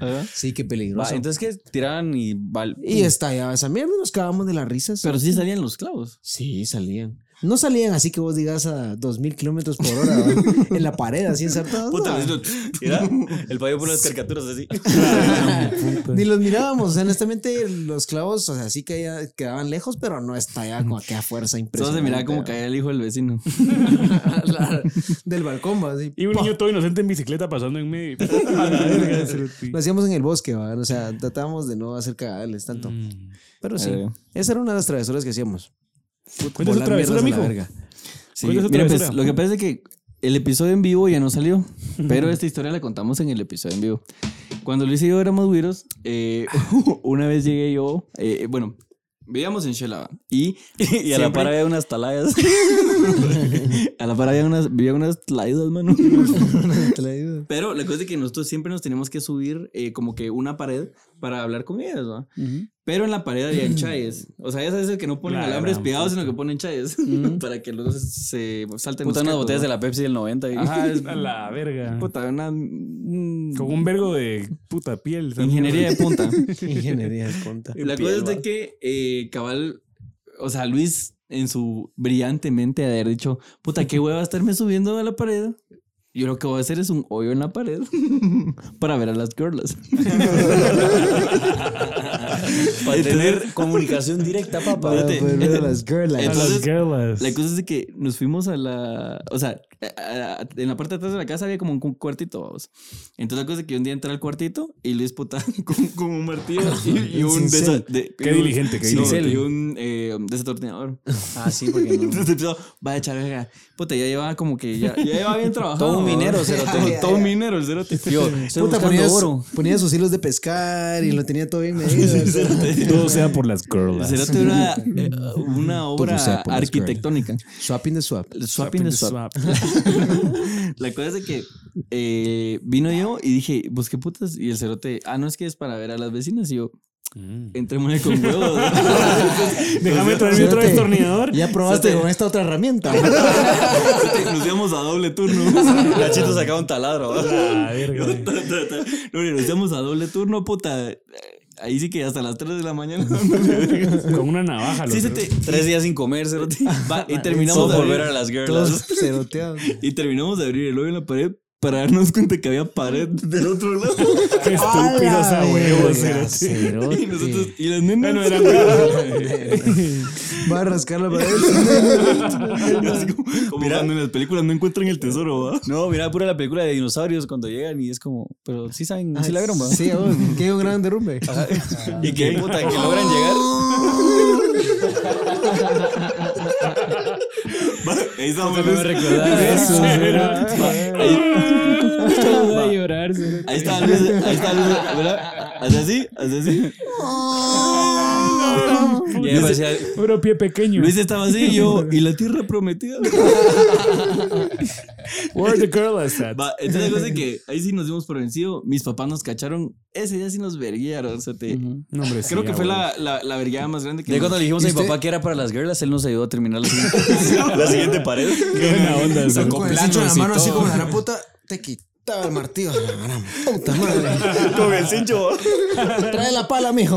Speaker 1: Ajá.
Speaker 2: Sí, qué
Speaker 1: Va,
Speaker 2: peligroso.
Speaker 1: entonces que tiraban y... val-
Speaker 2: y estallaba esa mierda y nos cagábamos de las risas.
Speaker 1: Pero sí salían los clavos.
Speaker 2: Sí, salían. No salían así que vos digas a 2000 kilómetros por hora ¿no? en la pared, así ensartados. no.
Speaker 1: era el payo por las caricaturas así.
Speaker 2: Ni los mirábamos. o sea, honestamente, los clavos, o sea, sí que ya quedaban lejos, pero no estallaba con aquella fuerza
Speaker 1: Solo
Speaker 2: impresionante.
Speaker 1: se miraba como caía el hijo del vecino.
Speaker 2: La- del balcón, va, así.
Speaker 3: Y un
Speaker 2: ¡pah!
Speaker 3: niño todo inocente en bicicleta pasando en medio. A la verga, cerote.
Speaker 2: Lo hacíamos en el bosque, ¿va? o sea, tratábamos de no hacer cagadales
Speaker 3: Mm.
Speaker 2: tanto. Pero sí,
Speaker 1: Eh.
Speaker 2: esa era una de las travesuras que hacíamos.
Speaker 3: ¿Cuál es su
Speaker 2: Volar
Speaker 3: travesura,
Speaker 2: mierdas a
Speaker 3: mijo?
Speaker 2: la verga.
Speaker 1: Sí,
Speaker 3: ¿Cuál es otra
Speaker 1: mira, pues,
Speaker 3: travesura?
Speaker 1: lo que pasa es que el episodio en vivo ya no salió, pero esta historia la contamos en el episodio en vivo. Cuando Luis y yo éramos güiros, eh, una vez llegué yo, eh, bueno, vivíamos en Xelava y, y a la par había unas talayas. a la par había unas, vivía unas talayas, mano.
Speaker 2: Te la digo.
Speaker 1: Pero la cosa es que nosotros siempre nos teníamos que subir eh, como que una pared para hablar con ellas, ¿no? Pero en la pared había chayes. O sea, ya sabes el que no ponen
Speaker 3: La
Speaker 1: alambres
Speaker 3: gran
Speaker 1: pegados, sino que ponen chayes. para que los se salten
Speaker 5: Puta,
Speaker 1: los
Speaker 5: unas
Speaker 1: cacos,
Speaker 5: botellas
Speaker 1: ¿no?
Speaker 5: de la Pepsi del 90 y
Speaker 1: Ajá, Ah, es
Speaker 3: A la verga.
Speaker 1: puta, una mm,
Speaker 3: Con un vergo de puta piel. ¿sabes?
Speaker 1: ingeniería de punta.
Speaker 2: Ingeniería de conta.
Speaker 1: la
Speaker 3: piel,
Speaker 1: cosa es de
Speaker 3: va.
Speaker 1: que eh, cabal, o sea, Luis en su brillantemente de haber dicho, puta, qué hueva estarme subiendo a la pared. Yo lo que voy a hacer es un hoyo en la pared para ver a las girls.
Speaker 5: para tener comunicación directa, papá.
Speaker 2: Para
Speaker 1: Espérate.
Speaker 2: poder ver a las girls.
Speaker 3: A
Speaker 1: Entonces,
Speaker 3: las girlas.
Speaker 1: La cosa es de que nos fuimos a la. O sea, a- a- a- en la parte de atrás de la casa había como un cu- cuartito, vamos. Entonces, la cosa es que un día entré al cuartito y Luis puta con, con un martillo y, y un.
Speaker 2: Cincel.
Speaker 1: desa- de-
Speaker 3: Qué
Speaker 1: y un-
Speaker 3: diligente, qué
Speaker 1: no,
Speaker 3: diligente.
Speaker 1: Y un eh, desatornillador.
Speaker 5: Ah, sí, porque no.
Speaker 1: Entonces empezó, va a echar verga. Puta, ya llevaba como que ya, ya llevaba bien trabajado.
Speaker 5: Todo un
Speaker 1: vamos.
Speaker 5: minero, cerote.
Speaker 1: Todo- Todo un minero, el cerote.
Speaker 5: Yo estoy
Speaker 2: Puta, ponía,
Speaker 5: buscando
Speaker 2: su-
Speaker 5: oro.
Speaker 2: ponía sus hilos de pescar y lo tenía todo bien medido.
Speaker 3: Todo sea por las
Speaker 1: El
Speaker 3: girlas.
Speaker 1: cerote era eh, una obra
Speaker 2: sea por las
Speaker 1: arquitectónica.
Speaker 2: Swapping de swap.
Speaker 1: El swapping de swap. La cosa es de que eh, vino yo y dije, pues qué putas. Y el cerote, ah, no es que es para ver a las vecinas. Y yo, entrémosle con huevos.
Speaker 3: Mm. Déjame traerme otro
Speaker 2: Cerote,
Speaker 3: destornillador.
Speaker 2: Ya probaste
Speaker 1: Cerote.
Speaker 2: con esta otra herramienta.
Speaker 1: Nos íbamos a doble turno.
Speaker 5: La chito sacaba un taladro. ¿verdad?
Speaker 3: La verga.
Speaker 1: No, mira, nos íbamos a doble turno, puta. Ahí sí que hasta las 3 de la mañana.
Speaker 3: Con una navaja.
Speaker 1: sí,
Speaker 3: los
Speaker 1: se
Speaker 3: cerotes.
Speaker 1: te- tres días sin comer, cerote. Va, y terminamos
Speaker 5: Todo
Speaker 1: de
Speaker 5: por ver a
Speaker 1: abrir,
Speaker 5: las girls.
Speaker 2: Todos ceroteados.
Speaker 1: y terminamos de abrir el hoyo en la pared para darnos cuenta que había pared del otro lado.
Speaker 3: Qué estúpidos a huevos. cerote.
Speaker 1: Y nosotros, y las nenas.
Speaker 3: Bueno, eran girlas.
Speaker 2: Va a rascar la pared.
Speaker 1: Así como, como cuando en las películas no encuentran el tesoro, ¿va?
Speaker 5: No, mira, pura la película de dinosaurios cuando llegan y es como, pero sí saben,
Speaker 2: Ah,
Speaker 5: sí la vieron, va.
Speaker 2: Sí, aún, que hay un gran derrumbe.
Speaker 5: Y qué puta que logran llegar.
Speaker 1: Va, Ahí estamos.
Speaker 4: No me recordaba eso. Yo voy a llorar. cerote.
Speaker 1: Ahí está Luis, ahí está Luis, ¿verdad? Haz así, haz así. Y ahí parecía-
Speaker 3: Puro pie pequeño.
Speaker 1: Luis estaba así y yo, y la tierra prometida.
Speaker 3: Where the girl is at?
Speaker 1: Va, entonces la cosa es que ahí sí nos dimos por vencido. Mis papás nos cacharon. Ese día sí nos verguiaron. O sea, te-
Speaker 3: No, hombre, sí,
Speaker 1: Creo que
Speaker 3: ah,
Speaker 1: fue
Speaker 3: huevo.
Speaker 1: la, la, la vergueada más grande que
Speaker 6: Ya cuando
Speaker 1: nos-
Speaker 6: le dijimos a mi
Speaker 2: ¿Viste?
Speaker 6: papá que era para las girls, él nos ayudó a terminar la siguiente.
Speaker 1: la siguiente pared.
Speaker 3: Qué buena onda. esa.
Speaker 2: Con el cincho en la mano, así como la gran puta, te quitaba el martillo. La gran puta madre.
Speaker 1: Con el cincho.
Speaker 2: Trae la pala, mijo.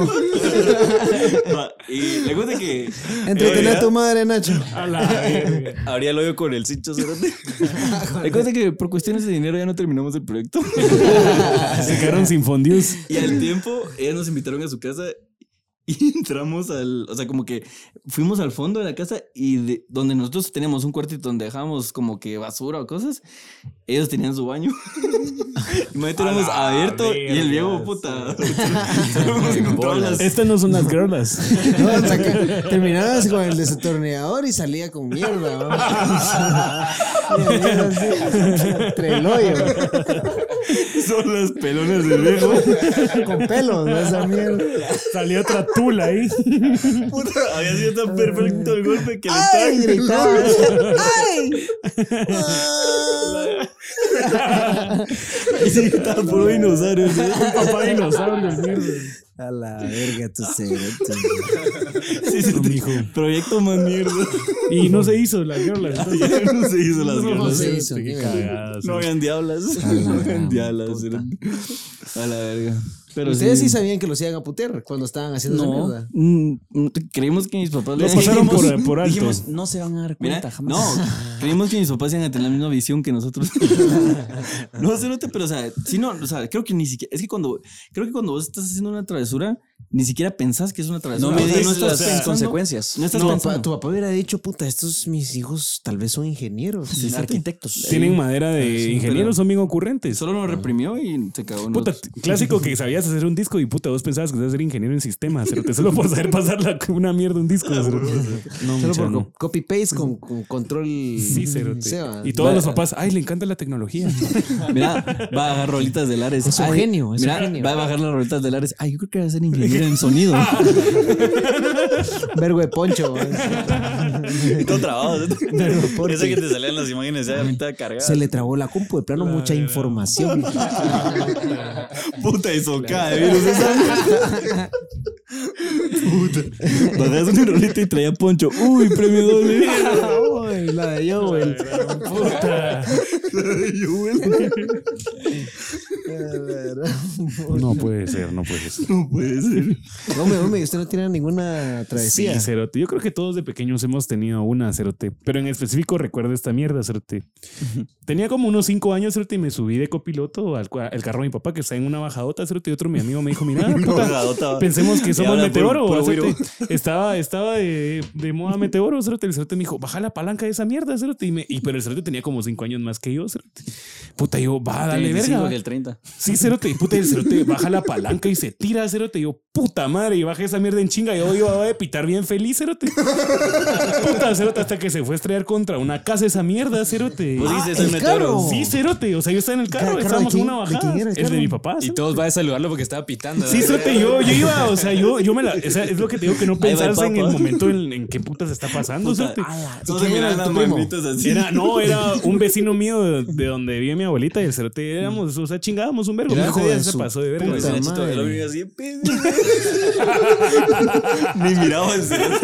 Speaker 1: Va, y la cosa es que. eh,
Speaker 2: Entretener a tu madre, Nacho.
Speaker 3: A la verga.
Speaker 1: Abría el hoyo con el cincho cerote. La cosa es que por cuestiones de dinero ya no terminamos el proyecto.
Speaker 3: Se quedaron sin fondius.
Speaker 1: Y al tiempo, ellas nos invitaron a su casa y entramos al. O sea, como que fuimos al fondo de la casa y de- donde nosotros teníamos un cuartito donde dejábamos como que basura o cosas, ellos tenían su baño. Imagínate,
Speaker 3: A
Speaker 1: éramos
Speaker 3: la
Speaker 1: abierto y el viejo
Speaker 3: verga,
Speaker 1: puta. Solo hemos encontrado las-
Speaker 3: Estas este no son las girlas.
Speaker 2: No, saca- terminabas con el desatornillador y salía con mierda. ¿no? Y mierda así, Entre el hoyo.
Speaker 1: Son las pelonas del viejo.
Speaker 2: Con pelos, ¿no? esa mierda.
Speaker 3: Salió otra tula ahí.
Speaker 1: Puta, había sido tan perfecto el golpe que le
Speaker 2: ¡Ay!
Speaker 1: estaba.
Speaker 2: Gritaba. ¡Ay! Ah.
Speaker 1: Y sí, estaba puro dinosaurio. ¿sí?
Speaker 3: Papá dinosaurio, mierda.
Speaker 2: A la verga, tu cerote.
Speaker 1: Sí, sí, Proyecto más mierda.
Speaker 3: Y no se hizo las girlas. entonces.
Speaker 1: Ya no se hizo las
Speaker 2: No
Speaker 1: ganas.
Speaker 2: se hizo,
Speaker 3: Qué
Speaker 2: mira.
Speaker 3: cagadas.
Speaker 1: No hagan diablas. No hagan diablas. A la verga. Pero
Speaker 2: Ustedes sí sabían que los iban a putear cuando estaban haciendo esa
Speaker 6: No,
Speaker 2: mierda.
Speaker 6: mm, mm, creímos que mis papás
Speaker 3: Lo
Speaker 6: les
Speaker 3: pasaron
Speaker 6: dijimos-
Speaker 3: por, por alto.
Speaker 6: Dijimos, no se van a dar
Speaker 1: Mira,
Speaker 6: cuenta jamás.
Speaker 1: no, creímos que mis papás iban a tener la misma visión que nosotros. no, cerote, pero o sea, si no, o sea, creo que ni siquiera, es que cuando, creo que cuando vos estás haciendo una travesura, ni siquiera pensás que es una
Speaker 6: No
Speaker 1: travesura.
Speaker 6: me
Speaker 1: O sea,
Speaker 6: digas
Speaker 1: estás
Speaker 6: las
Speaker 1: pensando-
Speaker 6: consecuencias.
Speaker 1: No estás
Speaker 2: No, pa-
Speaker 1: pensando.
Speaker 2: tu papá hubiera dicho, puta, estos mis hijos tal vez son ingenieros.
Speaker 6: Arquitectos.
Speaker 3: Tienen madera de ingenieros, son bien ocurrentes.
Speaker 1: Solo nos reprimió y se cagó. en
Speaker 3: Puta,
Speaker 1: nosotros.
Speaker 3: clásico que sabías hacer un disco y puta, vos pensabas que ibas a ser ingeniero en sistemas, cerote, solo por saber pasar la- una mierda un disco. cerote. No,
Speaker 2: Solo
Speaker 3: mucha,
Speaker 2: por
Speaker 3: no.
Speaker 2: copy-paste con, con control.
Speaker 3: Sí, cerote.
Speaker 2: Seba.
Speaker 3: Y todos los papás, ay, le encanta la tecnología.
Speaker 1: Mira, va a bajar rolitas de Lares.
Speaker 2: Es un
Speaker 1: Ay,
Speaker 2: genio, es un
Speaker 1: mira,
Speaker 2: genio.
Speaker 1: Va a bajar las rolitas de Lares. Ay, yo creo que va a ser ingeniero en sonido.
Speaker 2: Vergo de poncho.
Speaker 1: y todo trabado.
Speaker 2: ¿por
Speaker 1: Eso
Speaker 2: qué?
Speaker 1: que te salían las imágenes ya a mitad cargada.
Speaker 2: Se le trabó la compu, de plano mucha información.
Speaker 1: Puta y socada de virus esa. Puta. Bajas una rolita y traía poncho. Uy, premio doble.
Speaker 2: Ay, la de yo, Ah, güey.
Speaker 3: No puede ser, no puede ser.
Speaker 1: No puede ser.
Speaker 2: Hombre, hombre, usted no tiene ninguna
Speaker 3: Sí,
Speaker 2: travesía.
Speaker 3: cerote. Yo creo que todos de pequeños hemos tenido una, cerote. Pero en específico recuerdo esta mierda, cerote. Tenía como unos cinco años, cerote, y me subí de copiloto al, cua- al carro de mi papá que está en una bajadota, cerote. Y otro mi amigo me dijo, mira, puta,
Speaker 1: Bajadota.
Speaker 3: pensemos que
Speaker 1: Y
Speaker 3: somos
Speaker 1: habla puro-
Speaker 3: meteoro.
Speaker 1: puro
Speaker 3: cerote.
Speaker 1: güiro.
Speaker 3: estaba estaba de, de moda meteoro, cerote. El cerote me dijo, baja la palanca de esa mierda, cerote. Y, me- y- pero el cerote tenía como cinco años más que yo, cerote. Puta, yo, va, dale verga.
Speaker 6: que el 30.
Speaker 2: Ah,
Speaker 3: Sí, cerote, puta, el cerote baja la palanca y se tira, cerote. Y yo, puta madre, y bajé esa mierda en chinga. Yo iba a pitar bien feliz, cerote. Puta, cerote, hasta que se fue a estrellar contra una casa esa mierda, cerote.
Speaker 1: Vos
Speaker 2: Ah,
Speaker 1: Pues dices, oh. soy
Speaker 2: el
Speaker 1: meteoro.
Speaker 2: carro.
Speaker 3: Sí, cerote, o sea, yo estaba en el
Speaker 2: ¿Carro
Speaker 3: carro,
Speaker 2: de
Speaker 3: estábamos en
Speaker 2: quién?
Speaker 3: una
Speaker 2: ¿De quién
Speaker 3: bajada.
Speaker 2: era el
Speaker 3: Es de
Speaker 2: carro?
Speaker 3: mi papá.
Speaker 4: Ah, Y
Speaker 3: cerote.
Speaker 4: todos van a saludarlo porque estaba pitando.
Speaker 3: Sí, cerote, yo, yo iba, o sea, yo, yo me la. o sea, es lo que te digo que no
Speaker 1: Ahí va el
Speaker 3: pensás en el
Speaker 1: papa.
Speaker 3: momento en, en qué puta se está pasando, cerote.
Speaker 1: Solo
Speaker 2: ¿Y
Speaker 1: se
Speaker 2: quién era
Speaker 1: miran las
Speaker 2: tu primo?
Speaker 1: manitas así.
Speaker 3: Era, no, era un vecino mío de, de donde vive mi abuelita y el cerote éramos, o sea, chingábamos un vergo. Ese
Speaker 2: Era hijo
Speaker 3: día
Speaker 2: de
Speaker 3: se
Speaker 2: su
Speaker 3: pasó de verga.
Speaker 1: Pues,
Speaker 2: Puta
Speaker 1: Nachito,
Speaker 2: madre.
Speaker 1: Lo vi así. Ni miraba al cielo.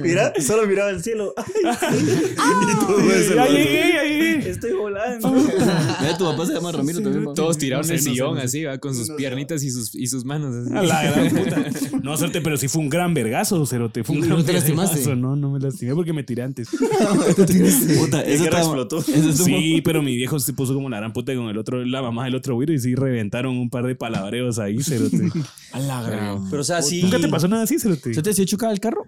Speaker 1: Mira, solo miraba al cielo.
Speaker 5: Ah.
Speaker 1: Y todo ese
Speaker 3: Ya
Speaker 1: rato.
Speaker 3: llegué, ya llegué.
Speaker 1: Estoy volando. Mira, tu papá se llama Ramiro también. papá.
Speaker 4: Todos tirados
Speaker 3: No
Speaker 4: en el
Speaker 3: sé, no sé,
Speaker 4: sillón
Speaker 3: no sé.
Speaker 4: así, va, con sus piernitas y sus, y sus manos. así.
Speaker 3: A la gran puta. No, suerte, pero sí fue un gran vergazo, Cerote. Fue un
Speaker 2: ¿Y
Speaker 3: gran
Speaker 2: no te lastimaste?
Speaker 3: vergazo. No, no me lastimé porque me tiré antes.
Speaker 1: Puta, eso
Speaker 7: guerra
Speaker 1: estaba-
Speaker 7: explotó.
Speaker 1: eso estuvo-
Speaker 3: Sí, pero mi viejo se puso como la gran puta con el otro, la mamá del otro güiro y sí reventaron un par de palabreos ahí, Cerote.
Speaker 6: Pero o sea, sí.
Speaker 3: ¿Nunca te pasó nada así, Cerote?
Speaker 6: ¿Se te sí chocaba el carro?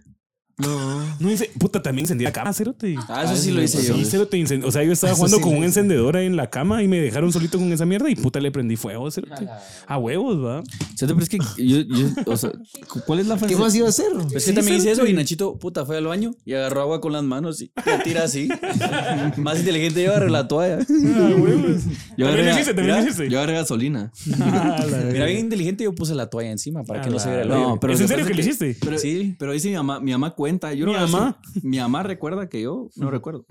Speaker 5: No.
Speaker 3: No hice, puta, también encendí la cama, cerote.
Speaker 5: Ah, eso sí lo hice yo.
Speaker 3: Sí, cerote, incen- o sea, yo estaba jugando
Speaker 2: sí
Speaker 3: con
Speaker 2: lo
Speaker 3: un
Speaker 2: hice.
Speaker 3: encendedor ahí en la cama y me dejaron solito con esa mierda y puta le prendí fuego, cerote. A huevos, va.
Speaker 5: Cerote, pero es que yo, yo, o sea, cu- ¿cuál es la
Speaker 2: ¿Qué
Speaker 5: fase?
Speaker 2: más iba a hacer?
Speaker 1: Pues que también hice eso y Nachito, puta, fue al baño y agarró agua con las manos y la tira así. Más inteligente yo agarré la toalla.
Speaker 3: A huevos. También
Speaker 5: Yo agarré,
Speaker 3: lo hiciste, también lo
Speaker 5: mira,
Speaker 3: hiciste.
Speaker 5: yo agarré gasolina.
Speaker 3: A la
Speaker 1: Mira,
Speaker 3: verga.
Speaker 1: bien inteligente yo puse la toalla encima para
Speaker 3: A
Speaker 1: que no se
Speaker 3: la
Speaker 1: viera el
Speaker 3: verga.
Speaker 1: hoyo.
Speaker 5: No, pero
Speaker 3: ¿Es en
Speaker 5: lo que
Speaker 3: serio
Speaker 5: pasa
Speaker 3: que lo
Speaker 5: es que-
Speaker 3: hiciste?
Speaker 5: Pero, sí, pero dice mi mamá, mi mamá cuenta. Yo
Speaker 3: ¿Mi
Speaker 5: no la sé.
Speaker 3: mamá?
Speaker 5: Mi mamá recuerda que yo no recuerdo.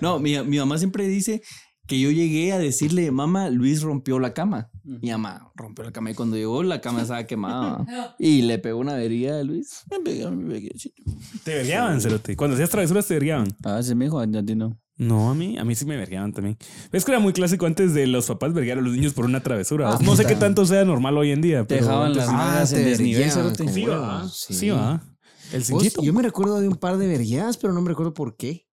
Speaker 5: no, mi, mi mamá siempre dice que yo llegué a decirle, mamá, Luis rompió la cama. Mi mamá rompió la cama y cuando llegó la cama estaba quemada. y le pegó una avería a Luis. Me pegó, me pegó, chito.
Speaker 3: Te vergueaban, cerote. Cuando hacías travesuras te vergueaban.
Speaker 5: Ah, se me dijo, no, no.
Speaker 3: No, a mí, a mí sí me vergueaban también. Es que era muy clásico antes de los papás verguear a los niños por una travesura.
Speaker 5: Ah,
Speaker 3: no sé
Speaker 5: puta.
Speaker 3: qué tanto sea normal hoy en día.
Speaker 5: Te
Speaker 3: pero
Speaker 5: dejaban
Speaker 3: antes-
Speaker 5: las nalgas en
Speaker 2: te
Speaker 5: desnivel.
Speaker 2: vergueaban,
Speaker 5: cerote.
Speaker 2: como
Speaker 3: Sí,
Speaker 2: huevos,
Speaker 3: va.
Speaker 2: sí.
Speaker 3: Sí, va. El
Speaker 2: Vos,
Speaker 3: cinchito.
Speaker 2: Yo me recuerdo de un par de verguías, pero no me recuerdo por qué.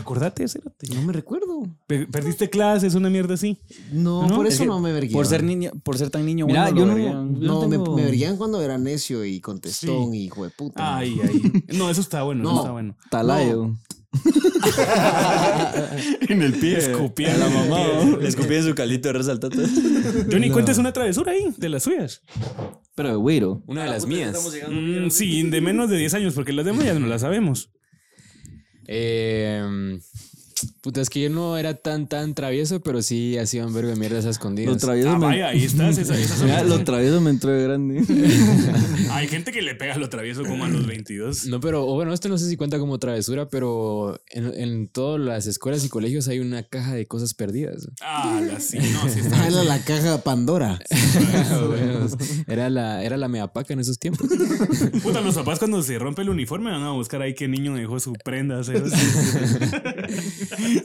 Speaker 3: Acordate, cerote.
Speaker 2: No me recuerdo.
Speaker 3: Pe- Perdiste clases, una mierda así.
Speaker 2: No,
Speaker 3: No,
Speaker 2: por
Speaker 3: es
Speaker 2: eso
Speaker 3: que
Speaker 2: no me vergué.
Speaker 1: Por ser niño, por ser tan niño,
Speaker 5: Mira,
Speaker 1: bueno,
Speaker 5: yo
Speaker 1: lo
Speaker 5: no-
Speaker 1: verían.
Speaker 5: yo
Speaker 2: No, me,
Speaker 5: tengo-
Speaker 2: me verguían cuando era necio y contestón y hijo de puta.
Speaker 3: Ay, ay. No, eso está bueno, eso
Speaker 2: No.
Speaker 3: está bueno.
Speaker 5: Talayo.
Speaker 3: En el pie. Escupía a la mamá.
Speaker 1: Le escupí en su caldito de resaltante.
Speaker 3: Yo ni cuenta es una travesura ahí, de las suyas.
Speaker 5: Pero de güiro.
Speaker 4: Una
Speaker 3: Ah,
Speaker 4: de las mías.
Speaker 3: Mm, sí, de menos de 10 años, porque las demás ya no las sabemos.
Speaker 4: Eh, puta, es que yo no era tan, tan travieso, pero sí hacía un vergo de mierdas a escondidas.
Speaker 5: Lo travieso,
Speaker 3: Ah,
Speaker 5: me-
Speaker 3: vaya, ahí estás. Esa, esas son
Speaker 5: mira,
Speaker 3: las-
Speaker 5: lo travieso me entró de grande.
Speaker 3: Hay gente que le pega a lo travieso como a los 22.
Speaker 4: No, pero o bueno, esto no sé si cuenta como travesura, pero en, en todas las escuelas y colegios hay una caja de cosas perdidas.
Speaker 3: Ah, la sí, no, sí está.
Speaker 2: Ah, Era la caja Pandora.
Speaker 4: era la, era la meapaca en esos tiempos.
Speaker 3: Puta, los papás cuando se rompe el uniforme van a buscar ahí qué niño dejó su prenda. ¿sí?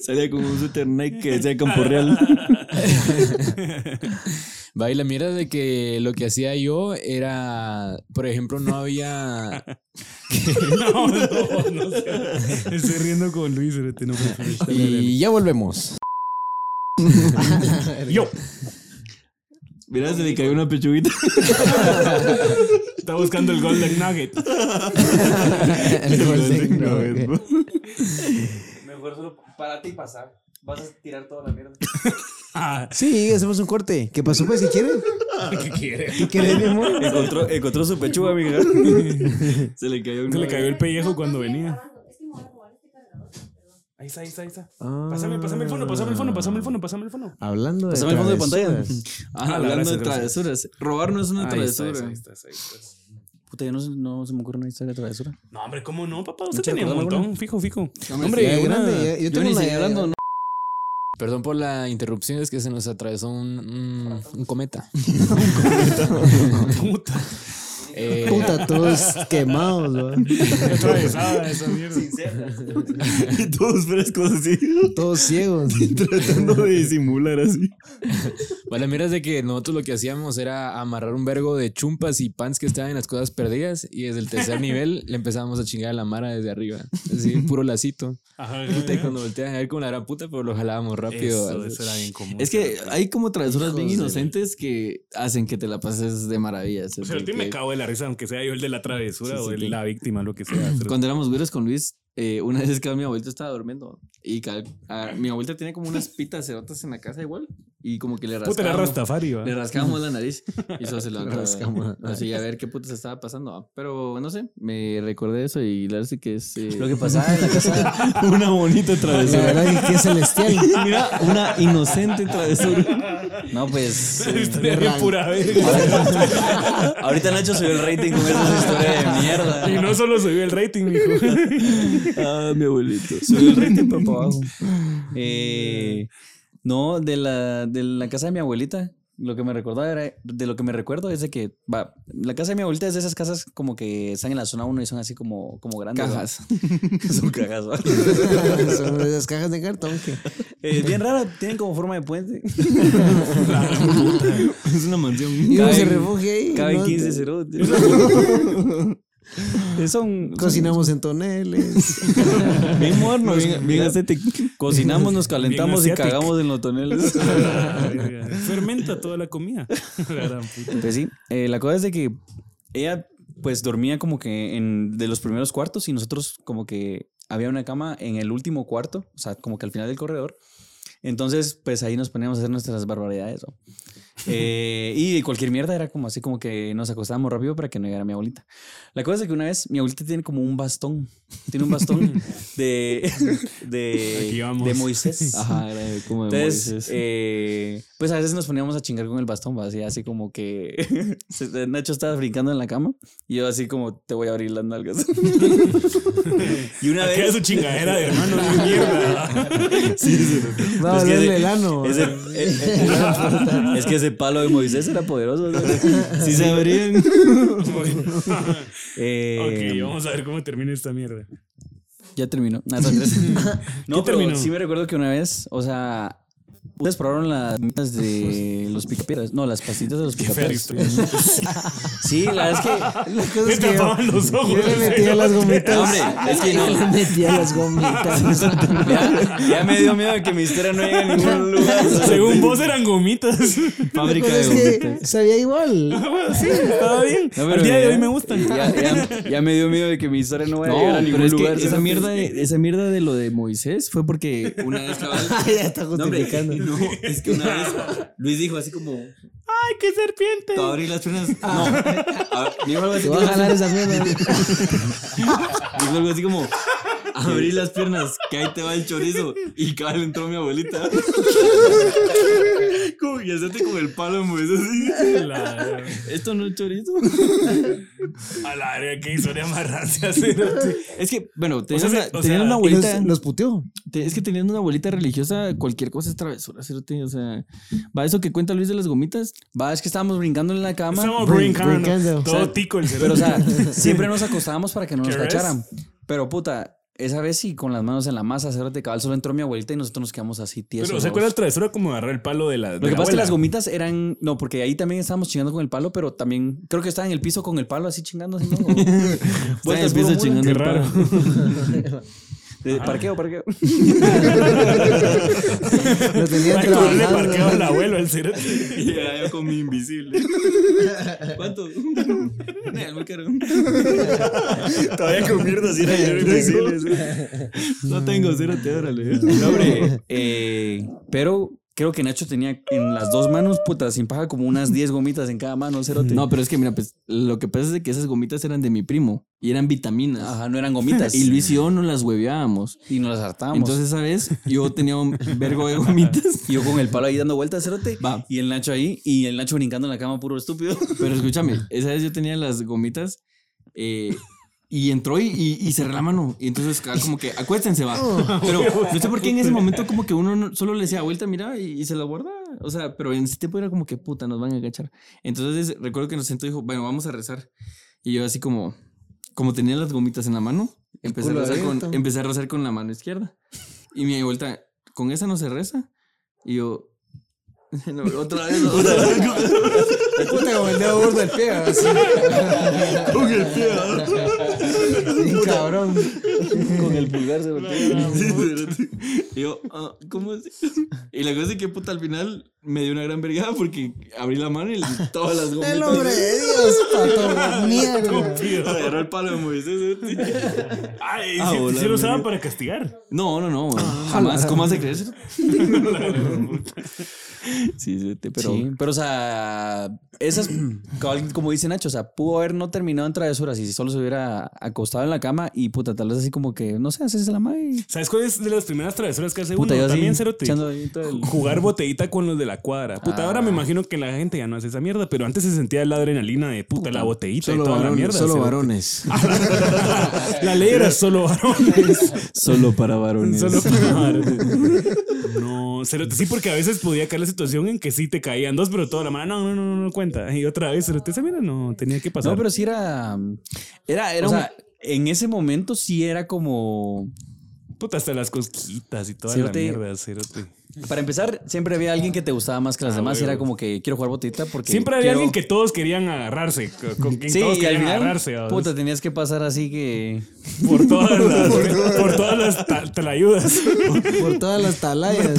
Speaker 5: Salía como un suéter Nike que decía Campo Real.
Speaker 4: Va, y la mierda de que lo que hacía yo era, por ejemplo, no había.
Speaker 3: No, no, no sé. Estoy riendo con Luis, ahorita, no puedo creer.
Speaker 2: y ya volvemos.
Speaker 3: Yo,
Speaker 5: Mira, se le cayó una pechuguita.
Speaker 3: está buscando el Golden Nugget.
Speaker 2: El Golden Nugget.
Speaker 1: Mejor solo parate y pasar. Vas a tirar toda la mierda.
Speaker 3: Ah,
Speaker 2: Sí, hacemos un corte. ¿Qué pasó? Pues si quieren.
Speaker 3: ¿Qué quiere?
Speaker 2: ¿Qué quieren, mi amor?
Speaker 5: Encontró, encontró su pechuga, mija. Se le cayó una.
Speaker 3: Se le cayó el pellejo cuando venía.
Speaker 8: Es que me voy a robar este cargador.
Speaker 3: Ahí está, ahí está, ahí está.
Speaker 2: Ah.
Speaker 3: Pásame, pásame el fono, pásame el fono, pásame el fono, pásame el fono.
Speaker 2: Hablando de.
Speaker 5: Pásame el fondo de pantalla.
Speaker 2: travesuras.
Speaker 5: Ah,
Speaker 3: Ah,
Speaker 5: hablando
Speaker 3: gracias,
Speaker 5: de
Speaker 3: gracias.
Speaker 5: travesuras. Robar no es una
Speaker 3: Ahí está,
Speaker 5: travesura.
Speaker 3: ahí está, ahí está, ahí está.
Speaker 1: Puta, ya no, se- no se me ocurre una historia de travesura.
Speaker 3: No, hombre, ¿cómo no, papá? Usted
Speaker 1: Mucha
Speaker 3: tenía un
Speaker 1: verdad,
Speaker 3: montón, fijo, fijo.
Speaker 5: hombre,
Speaker 3: hombre,
Speaker 2: Ya,
Speaker 3: una-
Speaker 2: grande, ya- Yo
Speaker 5: Yo ni
Speaker 2: tengo
Speaker 5: seguí
Speaker 2: la
Speaker 5: hablando, ¿no?
Speaker 4: Perdón por la interrupción, es que se nos atravesó un, un- un cometa.
Speaker 3: puta.
Speaker 4: Eh,
Speaker 2: Puta, todos quemados, ¿va?
Speaker 3: Atravesada esa mierda.
Speaker 5: Y todos frescos así,
Speaker 2: todos ciegos.
Speaker 5: tratando de disimular así.
Speaker 4: Bueno, mira, es de que nosotros lo que hacíamos era amarrar un vergo de chumpas y pants que estaban en las cosas perdidas y desde el tercer nivel le empezábamos a chingar a la mara desde arriba. Así, puro lacito.
Speaker 3: Ajá,
Speaker 4: Puta, y cuando volteaban a ver como la gran puta, pero lo jalábamos rápido.
Speaker 3: Eso, eso era bien común.
Speaker 5: Es que hay como travesuras bien
Speaker 2: Hijos de-
Speaker 5: inocentes que hacen que te la pases de maravilla. ¿sí?
Speaker 3: O sea, ahorita
Speaker 5: Porque
Speaker 3: me cago de la risa, aunque sea yo el de la travesura
Speaker 5: Sí, sí,
Speaker 3: o el-
Speaker 5: sí.
Speaker 3: la víctima, lo que sea. pero-
Speaker 5: Cuando éramos güeros con Luis, eh, una vez que mi abuelito estaba durmiendo y cal- a- mi abuelita tiene como unas pitas cerotas en la casa igual y como que le
Speaker 3: Puta, era
Speaker 5: rascábamos,
Speaker 3: Rastafari, va.
Speaker 5: le rascábamos la nariz y eso se lo rascamos
Speaker 2: rascamos.
Speaker 5: así a ver qué putas estaba pasando. ah, Pero no sé, me recordé eso y la verdad es que es eh,
Speaker 1: Lo que pasaba en la casa.
Speaker 5: una bonita
Speaker 2: La
Speaker 5: travesura.
Speaker 2: verdad es que es celestial.
Speaker 5: Mira, una inocente travesura.
Speaker 1: No, pues.
Speaker 3: Una historia bien pura verga.
Speaker 1: ahorita- Ahorita Nacho subió el rating con esa historia de mierda.
Speaker 3: Y no solo subió el rating, mijo.
Speaker 5: Ah, mi abuelito.
Speaker 1: Subió el rating para abajo. Eh, no, de la, de la casa de mi abuelita, lo que me recordaba era, de lo que me recuerdo es de que, va, la casa de mi abuelita es de esas casas como que están en la zona 1 y son así como, como grandes. ¿va?
Speaker 5: Cajas.
Speaker 1: son cajas. ¿va?
Speaker 2: Son esas cajas de cartón que.
Speaker 1: Eh, bien raro, tienen como forma de puente.
Speaker 5: Es una mansión.
Speaker 2: Y uno se
Speaker 1: Caben-
Speaker 2: refugia ahí.
Speaker 1: Caben
Speaker 2: ¿no?
Speaker 1: 15 ceros. son
Speaker 2: Cocinamos en toneles.
Speaker 1: bien morno, bien, bien Cocinamos, nos
Speaker 3: calentamos
Speaker 1: calentamos
Speaker 3: y
Speaker 1: y cagamos en los toneles.
Speaker 3: Fermenta toda la comida. La gran puta.
Speaker 1: Pues sí, eh, la cosa es de que ella pues dormía como que en de los primeros cuartos y nosotros como que había una cama en el último cuarto, o sea, como que al final del corredor. Entonces, pues ahí nos poníamos a hacer nuestras barbaridades. ¿no? Eh, y cualquier mierda era como así, como que nos acostábamos rápido para que no llegara mi abuelita. La cosa es que una vez mi abuelita tiene como un bastón, tiene un bastón de,
Speaker 3: Aquí
Speaker 1: de,
Speaker 3: vamos.
Speaker 1: de Moisés.
Speaker 5: Ajá, era como de
Speaker 1: Entonces,
Speaker 5: Moisés.
Speaker 1: eh, pues a veces nos poníamos a chingar con el bastón, ¿va? así, así como que se- Nacho estaba brincando en la cama y yo así como te voy a abrir las nalgas. y una
Speaker 3: ¿Qué
Speaker 1: vez...
Speaker 3: es su chingadera de hermano? de mierda.
Speaker 1: Sí, sí.
Speaker 2: No,
Speaker 1: Es que
Speaker 2: hablarle
Speaker 1: de-
Speaker 2: el ano.
Speaker 1: Ese- eh, eh, es que ese palo de Moisés era poderoso. ¿no? Sí se abrían. Eh,
Speaker 3: ok, vamos a ver cómo termina esta mierda.
Speaker 1: Ya terminó. Ah, son tres. no, pero
Speaker 3: terminó?
Speaker 1: sí me recuerdo que una vez, o sea, ustedes probaron las mitas de los picapiedras. No, las pastitas de los
Speaker 3: Fea
Speaker 1: picapiedras.
Speaker 3: historia.
Speaker 1: Sí, la verdad es
Speaker 2: La cosa
Speaker 3: Me
Speaker 2: es que yo,
Speaker 3: tapaban los ojos.
Speaker 2: yo le metía las gomitas.
Speaker 1: Hombre, es que
Speaker 2: Yo
Speaker 1: no.
Speaker 2: le metía las gomitas.
Speaker 1: que ya, ya me dio miedo de que mi historia no llegue a ningún lugar.
Speaker 3: Según vos eran gomitas.
Speaker 2: La
Speaker 1: fábrica
Speaker 2: cosa
Speaker 1: de
Speaker 2: es que sabía igual.
Speaker 3: Bueno, sí, estaba bien.
Speaker 1: No, pero
Speaker 3: Al día de
Speaker 1: ya-
Speaker 3: hoy me gustan.
Speaker 1: Ya, ya- ya me dio miedo de que mi historia no vaya a llegar a ningún
Speaker 5: pero es
Speaker 1: lugar.
Speaker 5: que esa mierda, de, esa mierda de lo de Moisés fue porque una vez cabal-
Speaker 2: ya está
Speaker 5: No, hombre,
Speaker 2: justificando.
Speaker 5: no, es que una vez Luis dijo así como,
Speaker 3: ¡Ay, qué serpiente!
Speaker 5: te voy a abrir las piernas. No, Ah. a ver, dijo algo así,
Speaker 2: Te voy a jalar esa mierda.
Speaker 5: dijo algo así como, abrí las piernas, que ahí te va el chorizo. Y cabal entró mi abuelita. Como que hacerte con el palo de Moisés así.
Speaker 3: La-
Speaker 5: Esto no es chorizo.
Speaker 3: A la verga, qué historia más rancia. cerote.
Speaker 5: Es que, bueno, tenías,
Speaker 3: sea,
Speaker 5: una,
Speaker 3: o sea,
Speaker 5: tenías una
Speaker 3: y
Speaker 2: Y
Speaker 5: abuelita.
Speaker 2: los, los puteó.
Speaker 5: Te- Es que teniendo una abuelita religiosa, cualquier cosa es travesura, cerote, O sea, va eso que cuenta Luis de las gomitas.
Speaker 1: Va, es que estábamos brincando en la cama.
Speaker 3: Estamos
Speaker 2: Brin-
Speaker 3: brincando.
Speaker 2: brincando.
Speaker 3: Todo
Speaker 1: O sea,
Speaker 3: tico el cerote.
Speaker 1: Pero, o sea, siempre nos acostábamos para que no nos
Speaker 3: ¿Qué ves?
Speaker 1: cacharan. Pero, puta, esa vez sí, con las manos en la masa, cerote cabal, solo entró mi abuelita y nosotros nos quedamos así tiesos.
Speaker 3: Pero, ¿se
Speaker 1: vamos.
Speaker 3: acuerda la travesura como agarrar el palo de la. de
Speaker 1: Lo que
Speaker 3: la
Speaker 1: pasa es que
Speaker 3: abuela?
Speaker 1: las gomitas eran. No, porque ahí también estábamos chingando con el palo, pero también creo que estaba en el piso con el palo así chingando. Así, ¿no?
Speaker 5: Vuelta
Speaker 1: Vueltas
Speaker 5: al
Speaker 1: puro
Speaker 5: piso
Speaker 1: muro.
Speaker 5: chingando
Speaker 3: Qué
Speaker 5: el palo.
Speaker 3: raro.
Speaker 1: Eh, Parqueo, parqueo.
Speaker 2: Lo tenía
Speaker 3: Ay, como le parqueo al
Speaker 2: trabajado.
Speaker 3: abuelo al cerote.
Speaker 5: Y era yo con mi invisible. ¿Cuánto? Mira, muy caro.
Speaker 3: Todavía con mierda así era yo invisible.
Speaker 5: No tengo, cérate, órale.
Speaker 1: No, hombre. Eh, pero creo que Nacho tenía en las dos manos, puta, sin paja, como unas 10 gomitas en cada mano, cerote.
Speaker 5: No, pero es que mira, pues lo que pasa es de que esas gomitas eran de mi primo y eran vitaminas.
Speaker 1: Ajá, no eran gomitas.
Speaker 5: Y Luis y yo no las hueveábamos.
Speaker 1: Y nos las hartábamos.
Speaker 5: Entonces, ¿sabes? Yo tenía un vergo de gomitas.
Speaker 1: yo con el palo ahí dando vueltas, cerote.
Speaker 5: Va.
Speaker 1: Y el Nacho ahí, y el Nacho brincando en la cama, puro estúpido.
Speaker 5: Pero escúchame, esa vez yo tenía las gomitas eh, y entró y, y, y cerré la mano. Y entonces, ca- como que acuéstense, va. Pero no sé por qué en ese momento, como que uno no- solo le decía vuelta, mira, y, y se la guarda. O sea, pero en ese tiempo era como que puta, nos van a agachar. Entonces, recuerdo que nos sentó y dijo, bueno, vamos a rezar. Y yo, así como, como tenía las gomitas en la mano, empecé a,
Speaker 2: culo
Speaker 5: rezar con,
Speaker 2: abierto.
Speaker 5: empecé a rezar con la mano izquierda. Y mi vuelta, con esa no se reza. Y yo, no, otra vez, otra vez.
Speaker 2: Puta, como el dedo gordo del pie. Así.
Speaker 5: Con el pie,
Speaker 2: Bien cabrón.
Speaker 1: con el pulgar, cerote.
Speaker 5: Sí, espérate. Y yo, ah, ¿cómo es? Y la cosa es que puta al final me dio una gran vergada porque abrí la mano y le- todas las gomitas.
Speaker 2: El hombre de Dios, pato. Mierda.
Speaker 5: Agarró el palo de Moisés. ¿eh?
Speaker 3: Ay,
Speaker 5: Ah,
Speaker 3: sí-
Speaker 5: hola,
Speaker 3: sí lo usaban
Speaker 5: mira.
Speaker 3: para castigar.
Speaker 5: No, no, no. Jamás. ¿Cómo has de creer eso? Sí, sí, te-
Speaker 1: Pero,
Speaker 5: pero.
Speaker 1: pero, o sea, esas, cabal, como dice Nacho, o sea, pudo haber no terminado en travesuras y si solo se hubiera acostado en la cama y puta, tal vez así como que, no sé, haces la madre. y,
Speaker 3: ¿Sabes cuál es de las primeras travesuras que hace
Speaker 1: Puta,
Speaker 3: uno?
Speaker 1: yo así,
Speaker 3: También cerote.
Speaker 1: echando ahí todo el- Ah.
Speaker 3: Jugar botellita con los de la cuadra. Puta, ahora me imagino que la gente ya no hace esa mierda, pero antes se sentía la adrenalina de puta, la botellita y
Speaker 2: Solo
Speaker 3: toda la
Speaker 2: varones.
Speaker 3: mierda.
Speaker 2: Solo
Speaker 3: cerote.
Speaker 2: varones.
Speaker 3: La ley era solo varones.
Speaker 5: Solo para varones.
Speaker 3: solo para varones. No, cerote, sí, porque a veces podía caer la situación en que sí te caían dos, pero toda la mano, no, no, no, no, no cuenta. Y otra vez, cerote, esa mierda no tenía que pasar.
Speaker 1: No, pero sí era. Era, era.
Speaker 3: O
Speaker 1: un-
Speaker 3: sea,
Speaker 1: en ese momento sí era como.
Speaker 3: Puta, hasta las cosquitas y toda la
Speaker 1: Cerote.
Speaker 3: mierda, cerote.
Speaker 1: Para empezar, siempre había alguien que te gustaba más que las demás. y
Speaker 3: huevo.
Speaker 1: era como que quiero jugar botita porque.
Speaker 3: Siempre había
Speaker 1: quiero-
Speaker 3: alguien que todos querían agarrarse, co- con quien
Speaker 1: Sí,
Speaker 3: todos
Speaker 1: y al
Speaker 3: querían
Speaker 1: final.
Speaker 3: agarrarse. ¿vos?
Speaker 1: puta, tenías que pasar así que.
Speaker 3: Por todas las, por, todas las ta- te la ayudas.
Speaker 2: Por todas las talayas.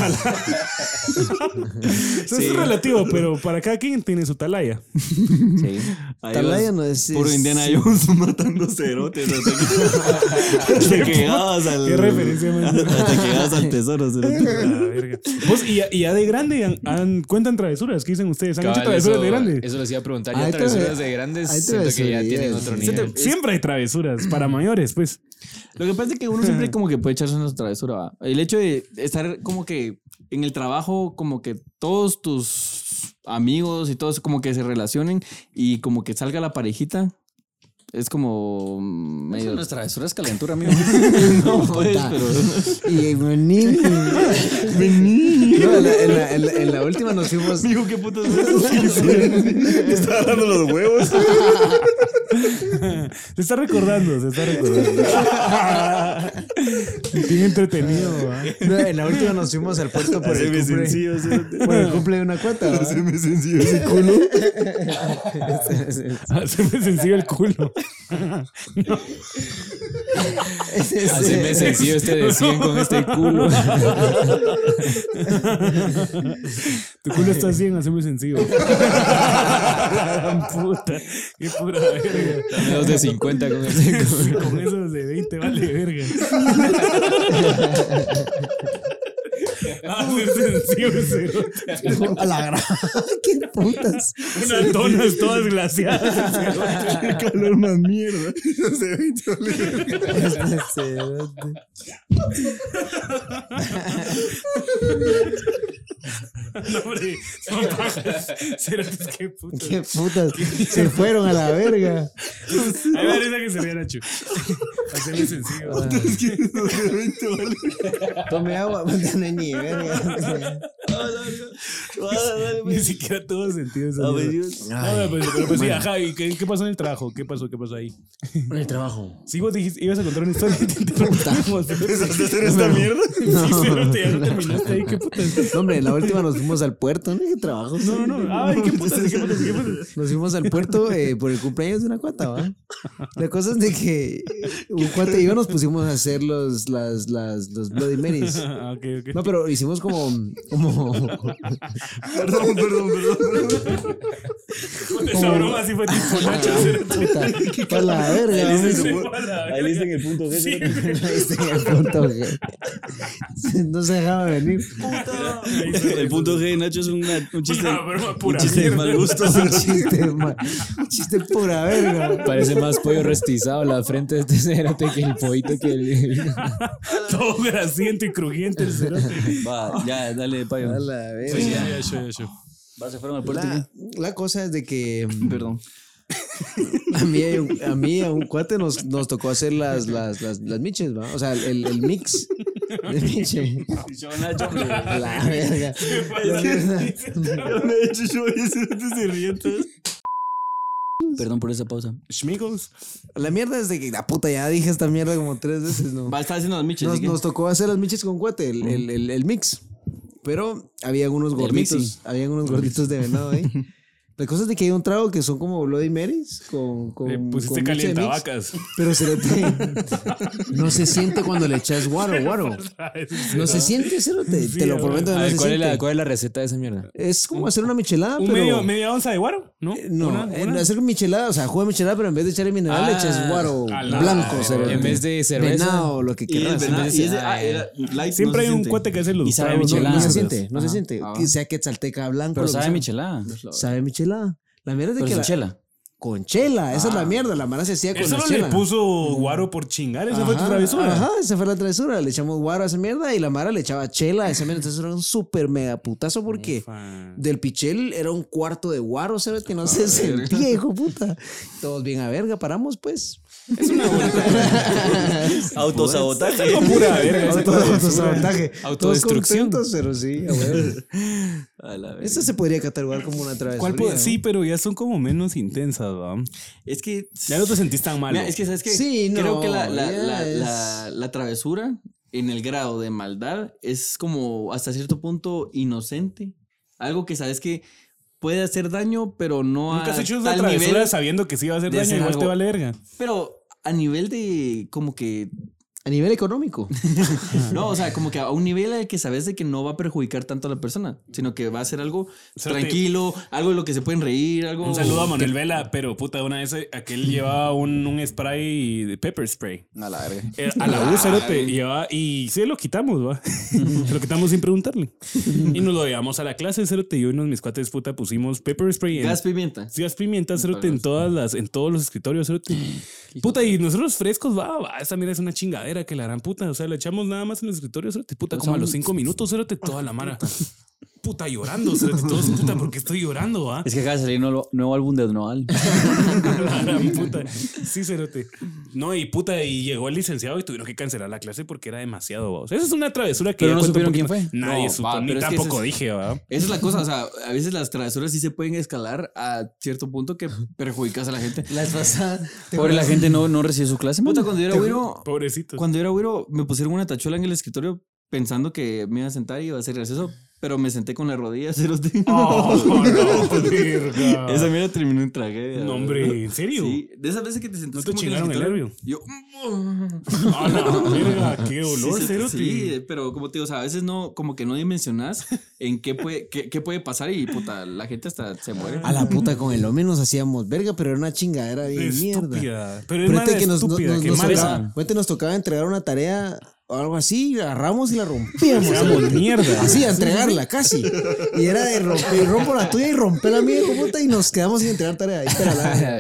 Speaker 3: Eso es relativo, pero para cada quien tiene su talaya.
Speaker 1: Sí.
Speaker 5: Ahí
Speaker 2: Talaya
Speaker 5: vas,
Speaker 2: no es.
Speaker 5: Puro
Speaker 2: es-
Speaker 5: Indiana Jones matando cerotes hasta que, hasta que llegabas al.
Speaker 3: Qué referencia, man.
Speaker 5: Hasta que llegabas al tesoro, cerote.
Speaker 3: La verga. Vos, y, ya, y ya de grande han- han- cuentan travesuras. ¿Qué dicen ustedes? ¿Han hecho
Speaker 4: Cabal,
Speaker 3: travesuras
Speaker 4: eso-
Speaker 3: de grande?
Speaker 4: Eso les iba a preguntar.
Speaker 2: Hay
Speaker 4: Ya travesuras
Speaker 2: trave-
Speaker 4: de
Speaker 2: hay
Speaker 4: grandes siento que ya
Speaker 2: travesurías.
Speaker 4: tienen otro
Speaker 2: Siento-
Speaker 4: nivel.
Speaker 3: Siempre hay travesuras para mayores, pues.
Speaker 1: Lo que pasa es que uno siempre como que puede echarse una travesura. ¿va? El hecho de estar como que en el trabajo, como que todos tus amigos y todos como que se relacionen y como que salga la parejita. Es como mm, medio.
Speaker 5: no es
Speaker 1: travesura, es calentura, amigo.
Speaker 5: No, pues, pero.
Speaker 2: Y vení. No, en, la, en la- en la- en la última nos fuimos.
Speaker 5: Digo, ¿qué putas es eso? Estaba dando los huevos.
Speaker 3: Se está recordando, se está recordando. Bien entretenido. ¿va?
Speaker 2: no, en la última nos fuimos al puerto por el
Speaker 5: Haceme
Speaker 2: cumple,
Speaker 5: sencillo, cerote.
Speaker 2: por el cumple de una cuota. ¿va?
Speaker 5: Haceme sencillo ese culo.
Speaker 3: Ah, Se me senció el culo.
Speaker 4: Haceme sencillo este de 100 con este culo.
Speaker 3: Tu culo está así en muy sencillo. Gran puta. Qué pura verga.
Speaker 4: Dame dos de 50 con este culo.
Speaker 3: Sí, con esos de 20 vale verga. Ah, se senció el cerote.
Speaker 2: A la gran. ¡Qué putas!
Speaker 3: Unas donas todas glaciadas. el cerote.
Speaker 5: Qué calor más mierda. No se ve,
Speaker 2: Este cerote.
Speaker 3: No, hombre, son pajas. Cerotes, qué puta.
Speaker 2: ¡Qué putas! Se fueron a la verga.
Speaker 3: Ahí me da risa que se vea Nacho. Hacerle sencillo.
Speaker 5: No se ve, vale.
Speaker 2: Tome agua, puta ni verga. Ah,
Speaker 3: Ni siquiera tuvo sentido esa
Speaker 5: A ver,
Speaker 3: mierda.
Speaker 5: Dios.
Speaker 3: Ah, bueno, pues, pero pues sí, ajá, ¿y qué, qué pasó en el trabajo? ¿Qué pasó? ¿Qué pasó ahí?
Speaker 2: En el trabajo.
Speaker 3: Si vos dijiste, ibas a contar una historia y te interrumpimos.
Speaker 5: ¿Empezaste a hacer esta mierda?
Speaker 3: Sí, pero te, ya no terminaste ahí, qué putas.
Speaker 2: No, hombre, en la última nos fuimos al puerto. ¿No qué trabajo?
Speaker 3: No, no, no. Ay, qué putas, qué putas, qué putas.
Speaker 2: Nos fuimos al puerto eh, por el cumpleaños de una cuata, ¿va? La cosa es de que un cuate y yo nos pusimos a hacer los, las, las, los Bloody Marys.
Speaker 3: Ah, ok, ok.
Speaker 2: No, pero hicimos como, como,
Speaker 5: Perdón, perdón, perdón.
Speaker 3: Esa broma así fue tipo Nacho. pero tú-
Speaker 2: a la verga. este
Speaker 5: Ahí
Speaker 2: ¿va?
Speaker 5: dicen
Speaker 3: Sí, para la
Speaker 5: ahí dicen el punto G.
Speaker 3: Sí,
Speaker 5: cerote.
Speaker 2: Ahí está el punto G. No se dejaba venir.
Speaker 5: El punto G de Nacho es una- un chiste.
Speaker 3: Una broma
Speaker 5: Un
Speaker 3: pura
Speaker 5: chiste de
Speaker 3: mierda.
Speaker 5: mal gusto.
Speaker 2: Un chiste, ma- un chiste pura verga.
Speaker 4: Parece más pollo restizado la frente de este cerote que el pollito que el.
Speaker 3: Todo grasiento y crujiente el cerote.
Speaker 5: Va, ya, dale, payo.
Speaker 2: A la
Speaker 3: Sí,
Speaker 2: verga.
Speaker 3: ya, ya, ya.
Speaker 5: Vas a fueron al puerto.
Speaker 2: La, Ah, la cosa es de que mm,
Speaker 5: Perdón.
Speaker 2: a mí, y a un- a mí y a un cuate nos, nos tocó hacer las, las, las, las miches, ¿va? O sea, el, el mix de miche.
Speaker 5: Yo, Nacho,
Speaker 2: A la verga.
Speaker 5: me he hecho yo y ese no se ríe, entonces. Perdón por esa pausa.
Speaker 3: Schmigos.
Speaker 2: La mierda es de que la puta ya dije esta mierda como tres veces, ¿no?
Speaker 5: Va, está haciendo las miches.
Speaker 2: Nos,
Speaker 5: ¿sí que?
Speaker 2: nos tocó hacer las miches con cuate, el, el, el- el mix. Pero había unos gorditos,
Speaker 5: mixi.
Speaker 2: había unos gorditos de venado ahí. La cosa es de que hay un trago que son como Bloody Marys con, con,
Speaker 3: Le pusiste
Speaker 2: con miche de mix,
Speaker 3: calientavacas.
Speaker 2: Pero se le no se siente cuando le echas guaro, guaro. No se siente, cero, te,
Speaker 3: Sí,
Speaker 2: te lo
Speaker 3: ahora.
Speaker 4: A
Speaker 2: prometo. que No
Speaker 4: ver,
Speaker 2: se
Speaker 4: ¿cuál, es
Speaker 2: siente.
Speaker 4: la, ¿Cuál es la receta de esa mierda?
Speaker 2: Es como hacer una michelada,
Speaker 3: Un
Speaker 2: pero... Eh,
Speaker 3: medio, media onza de guaro, ¿no?
Speaker 2: No,
Speaker 3: Una-
Speaker 2: en
Speaker 3: una.
Speaker 2: hacer michelada, o sea, juega michelada, pero en vez de echarle mineral, le echas
Speaker 4: Ah,
Speaker 2: guaro
Speaker 3: a la-
Speaker 2: blanco, cero.
Speaker 4: En vez de cerveza.
Speaker 2: Venado, lo que
Speaker 5: Y el
Speaker 2: quieras.
Speaker 5: venado-
Speaker 4: dice,
Speaker 5: y ese-
Speaker 4: ah,
Speaker 5: ah, era light,
Speaker 3: Siempre
Speaker 5: no
Speaker 3: hay
Speaker 5: se
Speaker 3: un
Speaker 5: siente.
Speaker 3: cuate que hace los
Speaker 1: Y sabe
Speaker 3: tragos,
Speaker 2: No,
Speaker 1: michelada.
Speaker 2: no se
Speaker 1: Ajá.
Speaker 2: siente, no se siente.
Speaker 1: Ah,
Speaker 2: Que sea quetzalteca blanco.
Speaker 1: Pero
Speaker 2: lo que
Speaker 1: sabe
Speaker 2: sea.
Speaker 1: michelada.
Speaker 2: Sabe michelada. La mierda es
Speaker 1: Pero
Speaker 2: de que
Speaker 1: sin
Speaker 2: la...
Speaker 1: chela.
Speaker 2: Con chela, esa es la mierda. La mara se hacía con
Speaker 3: Él
Speaker 2: la
Speaker 3: solo
Speaker 2: chela.
Speaker 3: le puso guaro por chingar, esa fue tu
Speaker 2: Ajá,
Speaker 3: travesura.
Speaker 2: Ajá, esa fue la travesura. Le echamos guaro a esa mierda y la Mara le echaba chela a esa mierda. Entonces era un súper mega putazo porque
Speaker 3: Ah,
Speaker 2: del pichel era un cuarto de guaro, ¿sabes? Que no se sentía, hijo puta. Todos bien a verga, paramos pues.
Speaker 5: Autosabotaje.
Speaker 3: Pura verga, esa
Speaker 2: Auto-
Speaker 3: travesura.
Speaker 2: autosabotaje.
Speaker 4: Autodestrucción.
Speaker 2: Todos contentos, pero sí, a ver.
Speaker 5: A la verga.
Speaker 2: Esto se podría catalogar como una travesura.
Speaker 3: ¿Cuál po-
Speaker 2: ¿no?
Speaker 3: Sí, pero ya son como menos intensas, ¿va?
Speaker 5: Es que.
Speaker 3: Ya Ah, no te sentís tan mal.
Speaker 5: Mira, es que, ¿sabes qué?
Speaker 2: Sí, no,
Speaker 5: Creo que la, la,
Speaker 2: ya
Speaker 5: la,
Speaker 2: es-
Speaker 5: la- la travesura en el grado de maldad es como hasta cierto punto inocente. Algo que sabes que puede hacer daño, pero no
Speaker 3: Nunca has
Speaker 5: a
Speaker 3: hecho una
Speaker 5: tal
Speaker 3: travesura
Speaker 5: nivel.
Speaker 3: sabiendo que sí iba a hacer
Speaker 5: de
Speaker 3: daño,
Speaker 5: hacer
Speaker 3: igual te
Speaker 5: algo.
Speaker 3: vale verga.
Speaker 5: Pero a nivel de como que
Speaker 2: A nivel económico.
Speaker 5: No, o sea, como que a un nivel al que sabes de que no va a perjudicar tanto a la persona, sino que va a ser algo
Speaker 3: Cerote.
Speaker 5: tranquilo, algo de lo que se pueden reír, algo.
Speaker 3: Un saludo a Manuel Vela, pero puta, una vez eh, aquel llevaba un, un spray de pepper spray.
Speaker 1: A la verga. Ah,
Speaker 3: Eh, A la U, cerote, llevaba- y se lo quitamos, va. se lo quitamos sin preguntarle. Y nos lo llevamos a la clase, cerote, y uno de mis cuates puta pusimos pepper spray en,
Speaker 5: Gas pimienta.
Speaker 3: Sí, las pimientas, cerote, en todas las, en todos los escritorios, cerote. Puta, y nosotros frescos, va, va, esta mira es una chingadera que la harán puta. O sea, la echamos nada más en los escritorios, cerote, puta, como a los cinco minutos, cerote, toda la mara. Puta llorando, cerote, todos, puta, ¿por qué estoy llorando, va?
Speaker 1: Es que acaba de salir un nuevo, nuevo álbum de Noal.
Speaker 3: La gran puta. Sí, cerote. No, y puta, y llegó el licenciado y tuvieron que cancelar la clase porque era demasiado, va. O sea, esa es una travesura que.
Speaker 1: Pero
Speaker 3: ya
Speaker 1: no
Speaker 3: cuento
Speaker 1: supieron
Speaker 3: un poquito-
Speaker 1: quién fue.
Speaker 3: Nadie
Speaker 5: No,
Speaker 3: supo,
Speaker 5: va,
Speaker 3: ni
Speaker 5: pero es que
Speaker 3: tampoco
Speaker 5: ese
Speaker 3: dije, va.
Speaker 5: Esa es la cosa, o sea, a veces las travesuras sí se pueden escalar a cierto punto que perjudicas a la gente.
Speaker 2: Las pasadas.
Speaker 1: Pobre la gente no, no recibió su clase, man.
Speaker 5: Puta, cuando yo era güiro,
Speaker 3: Pobrecito.
Speaker 5: cuando yo era güiro, me pusieron una tachuela en el escritorio pensando que me iba a sentar y iba a ser gracioso, pero me senté con las rodillas. cerote.
Speaker 3: Oh, no, verga.
Speaker 5: Esa mierda terminó en tragedia.
Speaker 3: No, hombre, ¿en serio?
Speaker 5: Sí, de esas veces que te sentaste
Speaker 3: ¿No te
Speaker 5: como que
Speaker 3: chingaron el
Speaker 5: escritorio,
Speaker 3: nervio?
Speaker 5: Yo, "Mm".
Speaker 3: A la verga, qué dolor,
Speaker 5: sí,
Speaker 3: cerote.
Speaker 5: sí, pero como te digo, o sea, a veces no, como que no dimensionas en qué puede, qué, qué puede pasar y puta, la gente hasta se muere.
Speaker 2: A la puta con el hombre nos hacíamos verga, pero era una chingadera de mierda.
Speaker 3: Estúpida. Pero es
Speaker 2: Pero este
Speaker 3: mala
Speaker 2: que nos, nos,
Speaker 3: estúpida,
Speaker 2: nos-
Speaker 3: que
Speaker 2: nos
Speaker 3: mala.
Speaker 2: tocaba, ahorita nos tocaba entregar una tarea o algo así, y agarramos y la rompíamos.
Speaker 3: Éramos mierda.
Speaker 2: Así, a entregarla casi. Y era de romper, rompo la tuya y rompe la mía, hijo puta, y nos quedamos sin entregar tarea. Ahí está la-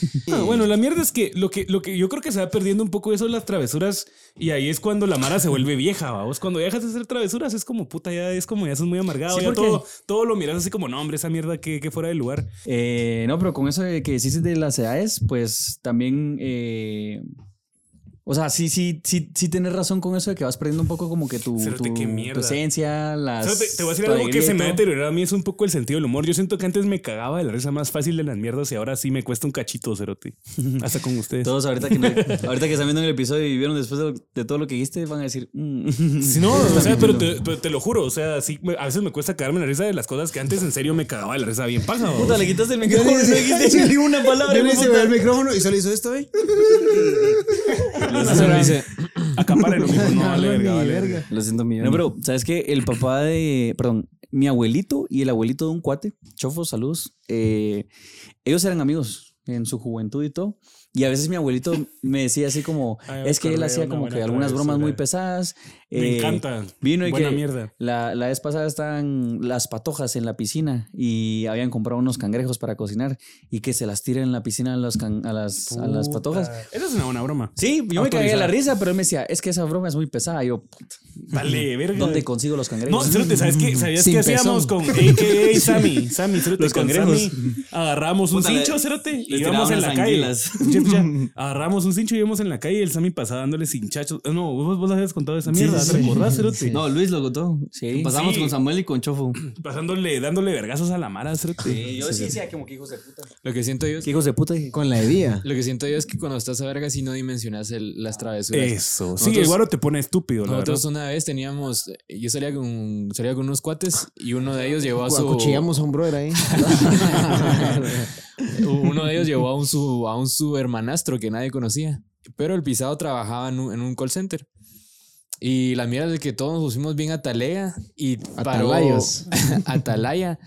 Speaker 3: Ah, bueno, la mierda es que lo que lo que yo creo que se va perdiendo un poco eso las travesuras y ahí es cuando la mara se vuelve vieja, ¿va? vos cuando dejas de hacer travesuras es como puta ya es como ya sos muy amargado, ya todo todo lo miras así como no, hombre, esa mierda que, que fuera de lugar.
Speaker 1: Eh, no, pero con eso de que decís de las edades, pues también. eh, o sea, sí, sí, sí, sí tienes razón con eso de que vas perdiendo un poco como que tu,
Speaker 3: Cerote,
Speaker 1: tu,
Speaker 3: qué
Speaker 1: tu
Speaker 3: mierda.
Speaker 1: esencia, las.
Speaker 3: ¿Sabes? Te, te voy a decir
Speaker 1: tu
Speaker 3: algo que
Speaker 1: alegría
Speaker 3: se me ha
Speaker 1: y todo.
Speaker 3: deteriorado a mí es un poco el sentido del humor. Yo siento que antes me cagaba de la risa más fácil de las mierdas y ahora sí me cuesta un cachito, cerote. Hasta con ustedes.
Speaker 1: Todos ahorita que, no- ahorita que están viendo el episodio y vieron después de, lo- de todo lo que dijiste, van a decir. "Mm".
Speaker 3: Sí, no, o sea, pero te, pero te lo juro, o sea, sí, me- a veces me cuesta cagarme en la risa de las cosas que antes en serio me cagaba de la risa bien paja. ¿va?
Speaker 1: Puta, le quitas el micrófono y no dijiste ni una palabra.
Speaker 2: Yo le hice
Speaker 1: puta.
Speaker 2: ver el micrófono y solo hizo esto, ¿eh?
Speaker 3: Solo dice, acapare lo mismo, no vale verga, vale verga.
Speaker 5: Lo siento, mi
Speaker 1: No, pero, ¿sabes qué? El papá de. Perdón, mi abuelito y el abuelito de un cuate, Chofo, saludos. eh, ellos eran amigos en su juventud y todo. Y a veces mi abuelito me decía así como:
Speaker 3: Ay, me
Speaker 1: Es que él
Speaker 3: acordé de
Speaker 1: hacía
Speaker 3: una
Speaker 1: como
Speaker 3: buena
Speaker 1: que algunas bromas
Speaker 3: travesura.
Speaker 1: muy pesadas.
Speaker 3: Me
Speaker 1: eh,
Speaker 3: encanta.
Speaker 1: Vino y
Speaker 3: Buena
Speaker 1: que
Speaker 3: mierda.
Speaker 1: La, la vez pasada estaban las patojas en la piscina y habían comprado unos cangrejos para cocinar y que se las tiran en la piscina a, los can- a, las, a las patojas.
Speaker 3: Puta. Esa es una buena broma.
Speaker 1: Sí, yo me cagué de
Speaker 3: Autorizada.
Speaker 1: la risa, pero él me decía, es que esa broma es muy pesada. Y yo, "Puta,
Speaker 3: Vale, verga.
Speaker 1: ¿dónde consigo los
Speaker 3: No,
Speaker 1: cangrejos?
Speaker 3: Cerote, ¿sabes qué? ¿Sabías qué
Speaker 2: pezón.
Speaker 3: hacíamos con AKA Sammy? Sammy, Cerote,
Speaker 1: Los
Speaker 3: con
Speaker 1: cangrejos.
Speaker 3: Sammy agarramos un
Speaker 5: Puta, le-
Speaker 3: cincho, Cerote, y
Speaker 5: les
Speaker 3: íbamos
Speaker 5: tiraban
Speaker 3: en
Speaker 5: las
Speaker 3: la calle.
Speaker 5: anguilas.
Speaker 3: Ya, ya. Agarramos un cincho y íbamos en la calle y el Sammy pasaba dándole cinchachos. Ah, No, vos, vos habías contado esa mierda, ¿te acordás, Cerote?
Speaker 5: No, Luis lo contó.
Speaker 1: Sí.
Speaker 5: Pasamos
Speaker 3: Sí.
Speaker 5: con Samuel y con Chofo.
Speaker 3: Pasándole, dándole vergazos a la mara, Cerote.
Speaker 1: Yo sí decía como que hijos de puta.
Speaker 4: Lo que siento yo es,
Speaker 1: hijos de puta?
Speaker 2: Con la hebilla.
Speaker 4: lo que siento yo es que cuando estás a verga si no dimensionas el- las travesuras.
Speaker 3: Eso. Sí,
Speaker 4: Nosotros-
Speaker 3: el guaro te pone estúpido, la verdad.
Speaker 4: Nosotros una vez teníamos, yo salía con, salía con unos cuates y uno de ellos llevó a su
Speaker 2: Acuchillamos a un brother ahí.
Speaker 4: uno de ellos llevó a un su a un su hermanastro que nadie conocía, pero el pisado trabajaba en un, en un call center. Y la mierda de que todos nos pusimos bien atalea y paró
Speaker 2: Atalayos.
Speaker 4: atalaya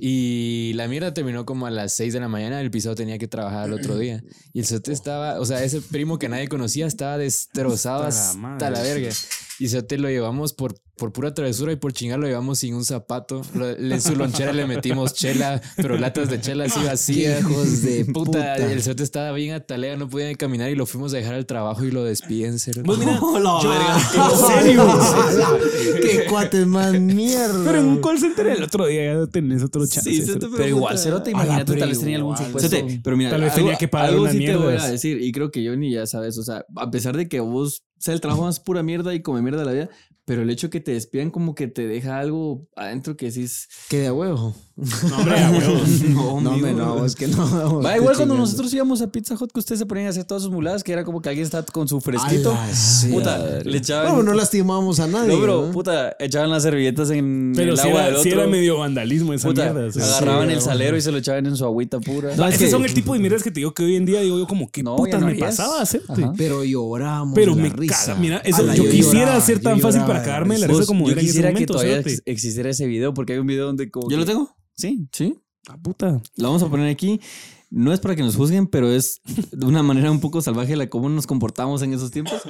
Speaker 4: y la mierda terminó como a las 6 de la mañana, el pisado tenía que trabajar al otro día y el sote estaba, o sea, ese primo que nadie conocía estaba destrozado
Speaker 3: Hasta la
Speaker 4: hasta la,
Speaker 3: madre.
Speaker 4: verga. Y el sote lo llevamos por por pura travesura y por chingar lo llevamos sin un zapato. Lo- le- en su lonchera le metimos chela, pero latas de chela así vacías.
Speaker 2: Hijos de
Speaker 4: Puta,
Speaker 2: puta.
Speaker 4: el cerote estaba bien atalea, no podía caminar y lo fuimos a dejar al trabajo y lo despiden, cerote.
Speaker 5: Pues
Speaker 2: Qué cuates más mierda.
Speaker 3: Pero en un call center el otro día ya tenés otro chance.
Speaker 5: Sí,
Speaker 3: cerote.
Speaker 5: Cerote,
Speaker 1: Pero igual, Cerote, imagínate,
Speaker 3: pero
Speaker 1: tal vez tenía algún
Speaker 3: igual.
Speaker 1: supuesto.
Speaker 5: Cerote, pero mira,
Speaker 3: Tal vez tenía que pagar
Speaker 5: algo
Speaker 3: unas
Speaker 5: sí te voy a
Speaker 3: mierdas.
Speaker 5: decir, y creo que Johnny ya sabes, o sea, a pesar de que vos sea el trabajo más pura mierda y come mierda de la vida,
Speaker 1: Pero el hecho que te despidan como que te deja algo adentro que decís...
Speaker 2: Que de a huevo.
Speaker 3: No, hombre, a huevos.
Speaker 1: No,
Speaker 2: No, hombre,
Speaker 1: mijo".
Speaker 2: no, es que no.
Speaker 1: Va igual cuando
Speaker 2: Chingando.
Speaker 1: nosotros íbamos a Pizza Hut que ustedes se ponían a hacer todas sus muladas, que era como que alguien está con su fresquito.
Speaker 2: Ala, sí,
Speaker 1: puta,
Speaker 2: madre.
Speaker 1: le echaban.
Speaker 2: No, no lastimamos a nadie.
Speaker 1: no, bro,
Speaker 2: ¿no?
Speaker 1: puta, echaban las servilletas en
Speaker 3: Pero
Speaker 1: el
Speaker 3: si
Speaker 1: agua
Speaker 3: era,
Speaker 1: del
Speaker 3: sí
Speaker 1: otro.
Speaker 3: era medio vandalismo esa
Speaker 1: puta,
Speaker 3: mierda. o sea,
Speaker 1: agarraban
Speaker 3: sí,
Speaker 1: el salero y se lo echaban en su agüita pura.
Speaker 3: Ah, Esos son el tipo de mierdas que te digo que hoy en día digo yo como qué
Speaker 1: No, ya
Speaker 3: putas
Speaker 1: no
Speaker 3: me
Speaker 1: harías.
Speaker 3: pasaba hacerte.
Speaker 1: Ajá.
Speaker 2: Pero lloramos.
Speaker 3: Pero
Speaker 2: la
Speaker 3: me
Speaker 2: risa.
Speaker 3: caga. Mira, eso-
Speaker 2: Ala,
Speaker 3: yo, quisiera
Speaker 2: lloraba,
Speaker 3: ser tan
Speaker 2: yo
Speaker 3: fácil
Speaker 2: lloraba
Speaker 3: para cagarme de la
Speaker 1: Vos,
Speaker 3: risa como
Speaker 1: yo
Speaker 3: era en ese
Speaker 1: quisiera
Speaker 3: momento.
Speaker 1: que todavía
Speaker 3: cerote.
Speaker 1: ex- existiera ese video porque hay un video donde como ¿Yo lo que- tengo? Sí, Sí.
Speaker 3: Ah, puta.
Speaker 1: Lo vamos a poner aquí. No es para que nos juzguen, pero es de una manera un poco salvaje la cómo nos comportamos en esos tiempos.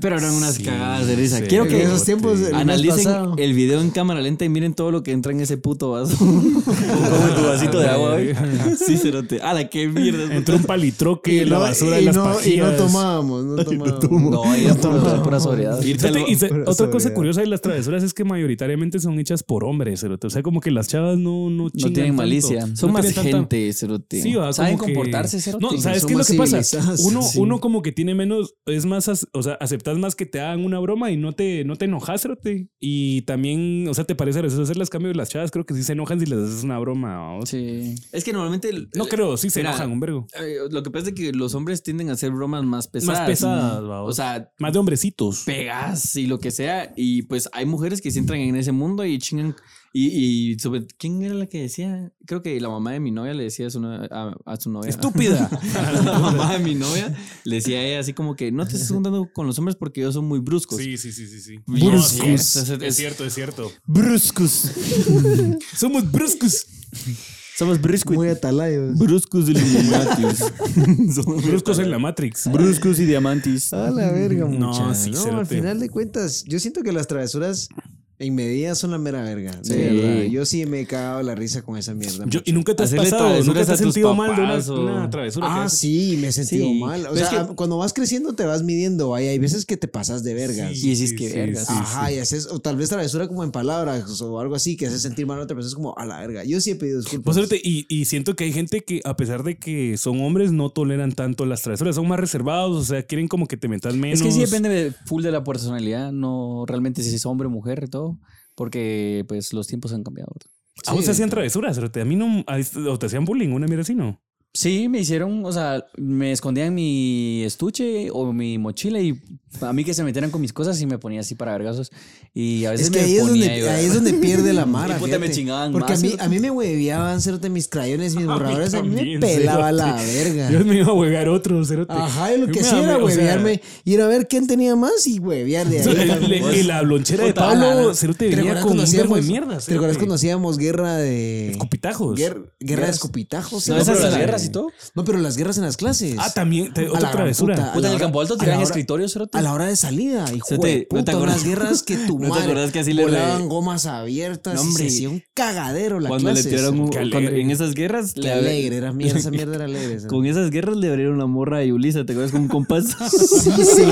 Speaker 1: Pero eran unas
Speaker 3: Sí,
Speaker 1: cagadas de risa.
Speaker 3: sí.
Speaker 1: Quiero
Speaker 2: En
Speaker 1: que
Speaker 2: esos tiempos
Speaker 3: El
Speaker 2: del mes
Speaker 1: analicen
Speaker 2: pasado.
Speaker 1: el video en cámara lenta y miren todo lo que entra en ese puto vaso. Como tu vasito de agua, güey. Sí, cerote. ¡Hala, qué mierda!
Speaker 3: Entró un palitroque, la
Speaker 2: no-
Speaker 3: basura de
Speaker 2: y
Speaker 3: las
Speaker 2: no, y no
Speaker 3: pajillas.
Speaker 2: tomábamos, no tomábamos.
Speaker 1: No, ahí era pura, pura sobriedad.
Speaker 3: Fíjate, y se-
Speaker 2: pero
Speaker 3: otra cosa
Speaker 2: sobriedad.
Speaker 3: curiosa de las travesuras es que mayoritariamente son hechas por hombres, cerote. o sea, como que las chavas no no,
Speaker 1: No
Speaker 3: chingan
Speaker 1: tienen
Speaker 3: tanto.
Speaker 1: malicia. Son
Speaker 3: No
Speaker 1: más
Speaker 3: tienen tanta-
Speaker 1: gente, cerote.
Speaker 3: Sí, va,
Speaker 1: Saben
Speaker 3: como que-
Speaker 1: comportarse, cerote.
Speaker 3: No, ¿sabes
Speaker 2: son
Speaker 3: qué es lo
Speaker 2: más
Speaker 3: que pasa?
Speaker 2: civilizadas,
Speaker 3: Uno,
Speaker 2: sí.
Speaker 3: uno como que tiene menos, es más, as- o sea, aceptas más que te hagan una broma y no te, no te enojas, cerote. Y también, o sea, te parece gracioso hacer las cambios las chavas, creo que sí se enojan si les haces una broma. ¿o?
Speaker 1: Sí.
Speaker 5: Es que normalmente el-
Speaker 3: No creo, sí se
Speaker 5: Mira,
Speaker 3: enojan un vergo.
Speaker 5: eh, lo que pasa es que los hombres tienden a hacer bromas más pesadas.
Speaker 3: Más pesadas, va,
Speaker 5: O sea,
Speaker 3: más de hombrecitos.
Speaker 5: pegas y lo que sea. Y pues hay mujeres que se entran en ese mundo y chingan. Y, y sobre. ¿Quién era la que decía? Creo que la mamá de mi novia le decía a su, no- a, a su novia.
Speaker 3: Estúpida.
Speaker 5: la mamá de mi novia le decía a ella así como que no te estés juntando con los hombres porque ellos son muy bruscos.
Speaker 3: Sí, sí, sí, sí, sí.
Speaker 5: Bruscos.
Speaker 3: No, sí, es,
Speaker 5: Es- es-
Speaker 3: es cierto, es cierto.
Speaker 2: Bruscus.
Speaker 3: Somos bruscos.
Speaker 1: Somos briscuit.
Speaker 2: Muy atalayos.
Speaker 1: Bruscos de
Speaker 3: Bruscos en la Matrix.
Speaker 1: Bruscos y diamantes.
Speaker 2: A la verga,
Speaker 3: No,
Speaker 2: mucha. No,
Speaker 3: sí,
Speaker 2: al
Speaker 3: cerote.
Speaker 2: final de cuentas, yo siento que las travesuras en medida son la mera verga. De
Speaker 1: Sí.
Speaker 2: verdad. Yo sí me he cagado la risa con esa mierda.
Speaker 3: Yo-
Speaker 2: mucha.
Speaker 3: y nunca te has
Speaker 1: Hacerle
Speaker 3: pasado, nunca
Speaker 1: travesuras
Speaker 3: te has
Speaker 1: a tus
Speaker 3: sentido mal de una,
Speaker 1: papás o-
Speaker 3: una travesura. que
Speaker 2: Ah,
Speaker 3: haces.
Speaker 2: sí, me he sentido
Speaker 1: Sí.
Speaker 2: mal. O
Speaker 1: Pero es
Speaker 2: sea,
Speaker 1: que-
Speaker 2: cuando vas creciendo te vas midiendo. Vaya, hay veces que te pasas de vergas.
Speaker 3: Sí,
Speaker 1: Y dices que
Speaker 3: sí,
Speaker 1: vergas.
Speaker 3: sí,
Speaker 2: Ajá,
Speaker 3: sí.
Speaker 2: y haces, o tal vez travesura como en palabras o algo así que hace sentir mal a otra persona, es como a la verga. Yo sí he pedido
Speaker 3: Pues,
Speaker 2: disculpas.
Speaker 3: ahorita- y, y siento que hay gente que, a pesar de que son hombres, no toleran tanto las travesuras. Son más reservados, o sea, quieren como que te metas menos.
Speaker 1: Es que sí depende de- full de la personalidad, no realmente si es hombre, mujer y todo, porque pues los tiempos han cambiado.
Speaker 3: A vos te hacían travesuras, ahorita. a mí no. a- o te hacían bullying, una mierda así, ¿no?
Speaker 1: Sí, me hicieron, o sea, me escondían mi estuche o mi mochila y a mí que se metieran con mis cosas y me ponía así para vergazos y a veces
Speaker 2: Es que
Speaker 1: me
Speaker 2: ahí es,
Speaker 1: ponía
Speaker 2: donde,
Speaker 1: yo-
Speaker 3: eh.
Speaker 2: ahí es donde pierde la mara.
Speaker 1: Y puta, me
Speaker 2: fíjate.
Speaker 1: chingaban
Speaker 2: Porque
Speaker 1: más,
Speaker 2: a, mí,
Speaker 1: cerote.
Speaker 2: a mí me hueveaban, cerote, mis crayones,
Speaker 1: Ah,
Speaker 2: mis borradores. A mí,
Speaker 3: también,
Speaker 2: me pelaba
Speaker 3: cerote.
Speaker 2: la verga.
Speaker 3: Dios me iba a huegar otro, cerote.
Speaker 2: Ajá, y lo que
Speaker 3: Yo me
Speaker 2: hacía era
Speaker 3: amé, o sea,
Speaker 2: huevearme, ir a ver quién tenía más y huevear de ahí.
Speaker 3: el- el- el- la lonchera de
Speaker 2: Puta,
Speaker 3: Pablo,
Speaker 2: la- la-
Speaker 3: cerote,
Speaker 2: ¿Te
Speaker 3: venía
Speaker 2: recuerdas
Speaker 3: con
Speaker 2: cuando
Speaker 3: un vergo de
Speaker 2: hacíamos-
Speaker 3: mierda,
Speaker 2: ¿Te recuerdas
Speaker 3: cerote?
Speaker 2: cuando hacíamos guerra de.
Speaker 3: Escupitajos.
Speaker 2: Guer- guerra de escupitajos.
Speaker 1: ¿No
Speaker 2: sí,
Speaker 1: esas
Speaker 2: pero
Speaker 1: las
Speaker 2: la-
Speaker 1: guerras y todo?
Speaker 2: No, pero las guerras en las clases.
Speaker 3: Ah, también. te-
Speaker 2: A
Speaker 3: otra
Speaker 2: la gran
Speaker 3: travesura.
Speaker 2: puta.
Speaker 1: Puta,
Speaker 2: a
Speaker 1: en
Speaker 2: la
Speaker 1: el
Speaker 2: hora-
Speaker 1: campo alto
Speaker 2: a
Speaker 1: tiran
Speaker 2: la hora-
Speaker 1: escritorios, cerote.
Speaker 2: A la hora de salida, hijo
Speaker 1: Pues, Se te-
Speaker 2: de
Speaker 1: ¿no te
Speaker 2: puta,
Speaker 1: acordás?
Speaker 2: unas guerras que tu
Speaker 1: ¿No te
Speaker 2: madre
Speaker 1: acordás que así le
Speaker 2: volaban
Speaker 1: re-
Speaker 2: gomas abiertas
Speaker 1: No,
Speaker 2: y se
Speaker 1: hombre.
Speaker 2: hacía un cagadero la
Speaker 1: cuando
Speaker 2: clase.
Speaker 1: le tiraron un-
Speaker 3: Qué
Speaker 1: cuando-
Speaker 3: alegre.
Speaker 1: en esas guerras
Speaker 2: Qué
Speaker 1: le-
Speaker 2: alegre, era mierda, esa mierda era alegre. esa.
Speaker 1: con esas guerras le abrieron la morra a Yulisa, ¿te acuerdas con un compás?
Speaker 2: Sí, sí.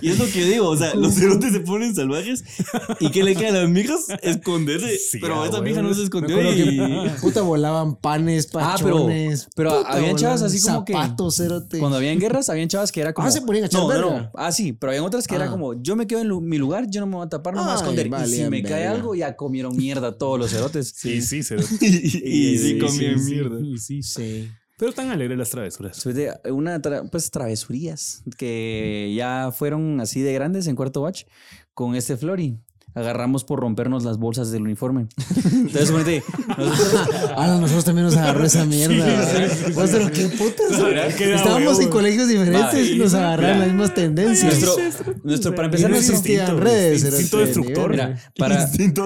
Speaker 1: y es lo que digo, o sea, los cerotes se ponen salvajes y que le queda a las mijas esconderse,
Speaker 3: Sí,
Speaker 1: pero
Speaker 3: ah,
Speaker 1: esa
Speaker 3: güey.
Speaker 1: mija no se escondió
Speaker 3: acuerdo
Speaker 1: y
Speaker 2: Puta, volaban panes,
Speaker 1: Ah, pero-
Speaker 2: pachones.
Speaker 1: pero
Speaker 2: puta,
Speaker 1: habían chavas
Speaker 2: volaban
Speaker 1: así como que-
Speaker 2: Zapatos, cerote.
Speaker 1: Cuando habían guerras, habían chavas que era como.
Speaker 2: Este, Ah, se ponían a echar
Speaker 1: no, no,
Speaker 2: verga.
Speaker 1: no. Ah, sí, pero habían otras que
Speaker 2: Ah.
Speaker 1: era como: yo me quedo en lu- mi lugar, yo no me voy a tapar, no me voy a
Speaker 2: Ay,
Speaker 1: esconder. y si
Speaker 2: valían
Speaker 1: me cae
Speaker 2: verga.
Speaker 1: algo, ya comieron mierda todos los cerotes.
Speaker 3: Sí, sí, cerote.
Speaker 1: y, y- y sí, comieron
Speaker 3: sí,
Speaker 1: mierda.
Speaker 3: sí, sí, sí.
Speaker 2: Sí.
Speaker 3: Pero tan alegres las travesuras.
Speaker 1: Suerte, Una, tra- pues, travesurías que ya fueron así de grandes en cuarto batch con este Flori. Agarramos por rompernos las bolsas del uniforme. Entonces, suponete, nosotros-
Speaker 2: Ah, nosotros también nos agarró esa mierda. ¿verdad? Pues, pero qué putas.
Speaker 3: que da
Speaker 2: Estábamos
Speaker 3: huevo.
Speaker 2: en colegios diferentes y nos agarraron las mismas tendencias.
Speaker 1: nuestro, nuestro- para empezar,
Speaker 2: no
Speaker 1: nuestro-
Speaker 2: existían
Speaker 3: instinto,
Speaker 2: redes, era
Speaker 3: Instinto
Speaker 2: este
Speaker 3: destructor.
Speaker 2: nivel.
Speaker 1: mira, para,
Speaker 5: Instinto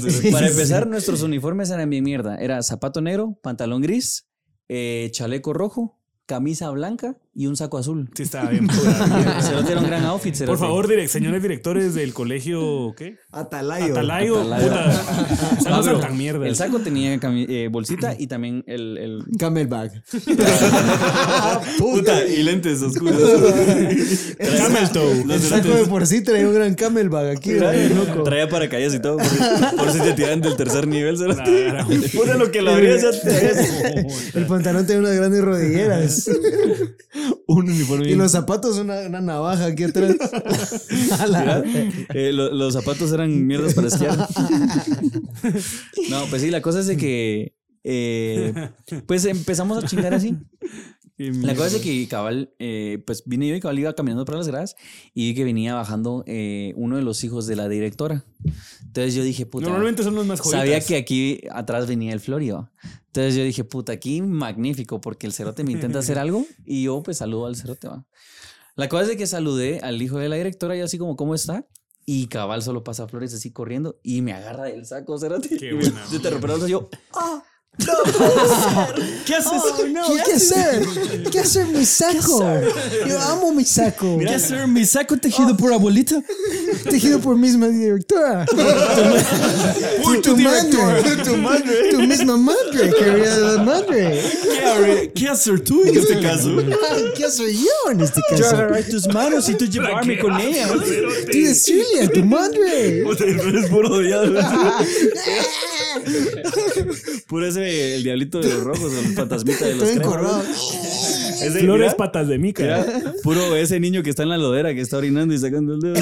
Speaker 5: cerote.
Speaker 1: Para empezar, nuestros uniformes eran bien mierda. Era zapato negro, pantalón gris, eh, chaleco rojo, camisa blanca y un saco azul.
Speaker 3: Sí, estaba bien. pura mierda.
Speaker 1: Se nos dieron gran outfit.
Speaker 3: Por
Speaker 1: cerote.
Speaker 3: favor, direc- señores directores del colegio, ¿qué?
Speaker 2: Atalayo.
Speaker 3: Atalayo. Puta. O sea,
Speaker 1: Ah,
Speaker 3: no sean
Speaker 1: pero
Speaker 3: tan mierda.
Speaker 1: El saco tenía cami- eh, bolsita y también el, el-
Speaker 2: Camelback.
Speaker 5: Puta, y lentes oscuros.
Speaker 2: El camel toe. El saco de por sí traía un gran camelback aquí, ¿verdad? loco.
Speaker 1: Traía paracaídas y todo. Por, por si te tiran del tercer nivel. cerote.
Speaker 3: Claro.
Speaker 1: Puta, lo que lo abrías ya te-
Speaker 2: El pantalón tenía unas grandes rodilleras.
Speaker 1: un uniforme.
Speaker 2: Y los zapatos, una, una navaja aquí atrás. A la-
Speaker 1: Eh, lo- los zapatos eran mierdas para esquiar. no, pues sí, la cosa es de que. eh, pues empezamos a chingar así. La cosa es de que Cabal, eh, pues vine yo y Cabal iba caminando para las gradas y vi que venía bajando eh, uno de los hijos de la directora. Entonces yo dije, puta.
Speaker 3: Normalmente son los más jodidos.
Speaker 1: Sabía que aquí atrás venía el Florio. Entonces yo dije, puta, aquí magnífico, porque el cerote me intenta hacer algo y yo pues saludo al cerote. va. La cosa es de que saludé al hijo de la directora y así como, ¿cómo está? Y cabal solo pasa flores así corriendo y me agarra del saco, cerote.
Speaker 3: Qué
Speaker 1: Y me-
Speaker 3: buena
Speaker 1: yo te reprobas, yo,
Speaker 2: ¿Qué haces? ¿Qué hacer? ¿Qué hacer mi saco? Yo amo mi saco.
Speaker 1: mira, sir, mi saco tejido por abuelita.
Speaker 2: Tejido por misma directora. Por tu madre. Tu madre. Tu misma madre. Querida madre.
Speaker 1: ¿Qué hacer tú en este caso?
Speaker 2: ¿Qué soy yo en este caso?
Speaker 1: Agarrar tus manos y tú llevarme con ella.
Speaker 2: Tú eres Julia, tu madre.
Speaker 1: Eres puro diablo. Puro ese, el diablito de los rojos, el fantasmita de los
Speaker 2: Estoy
Speaker 1: cremos.
Speaker 2: encorvado.
Speaker 1: Ese,
Speaker 3: Flores
Speaker 1: mira,
Speaker 3: patas de mica.
Speaker 1: mira, puro ese niño que está en la lodera, que está orinando y sacando el dedo.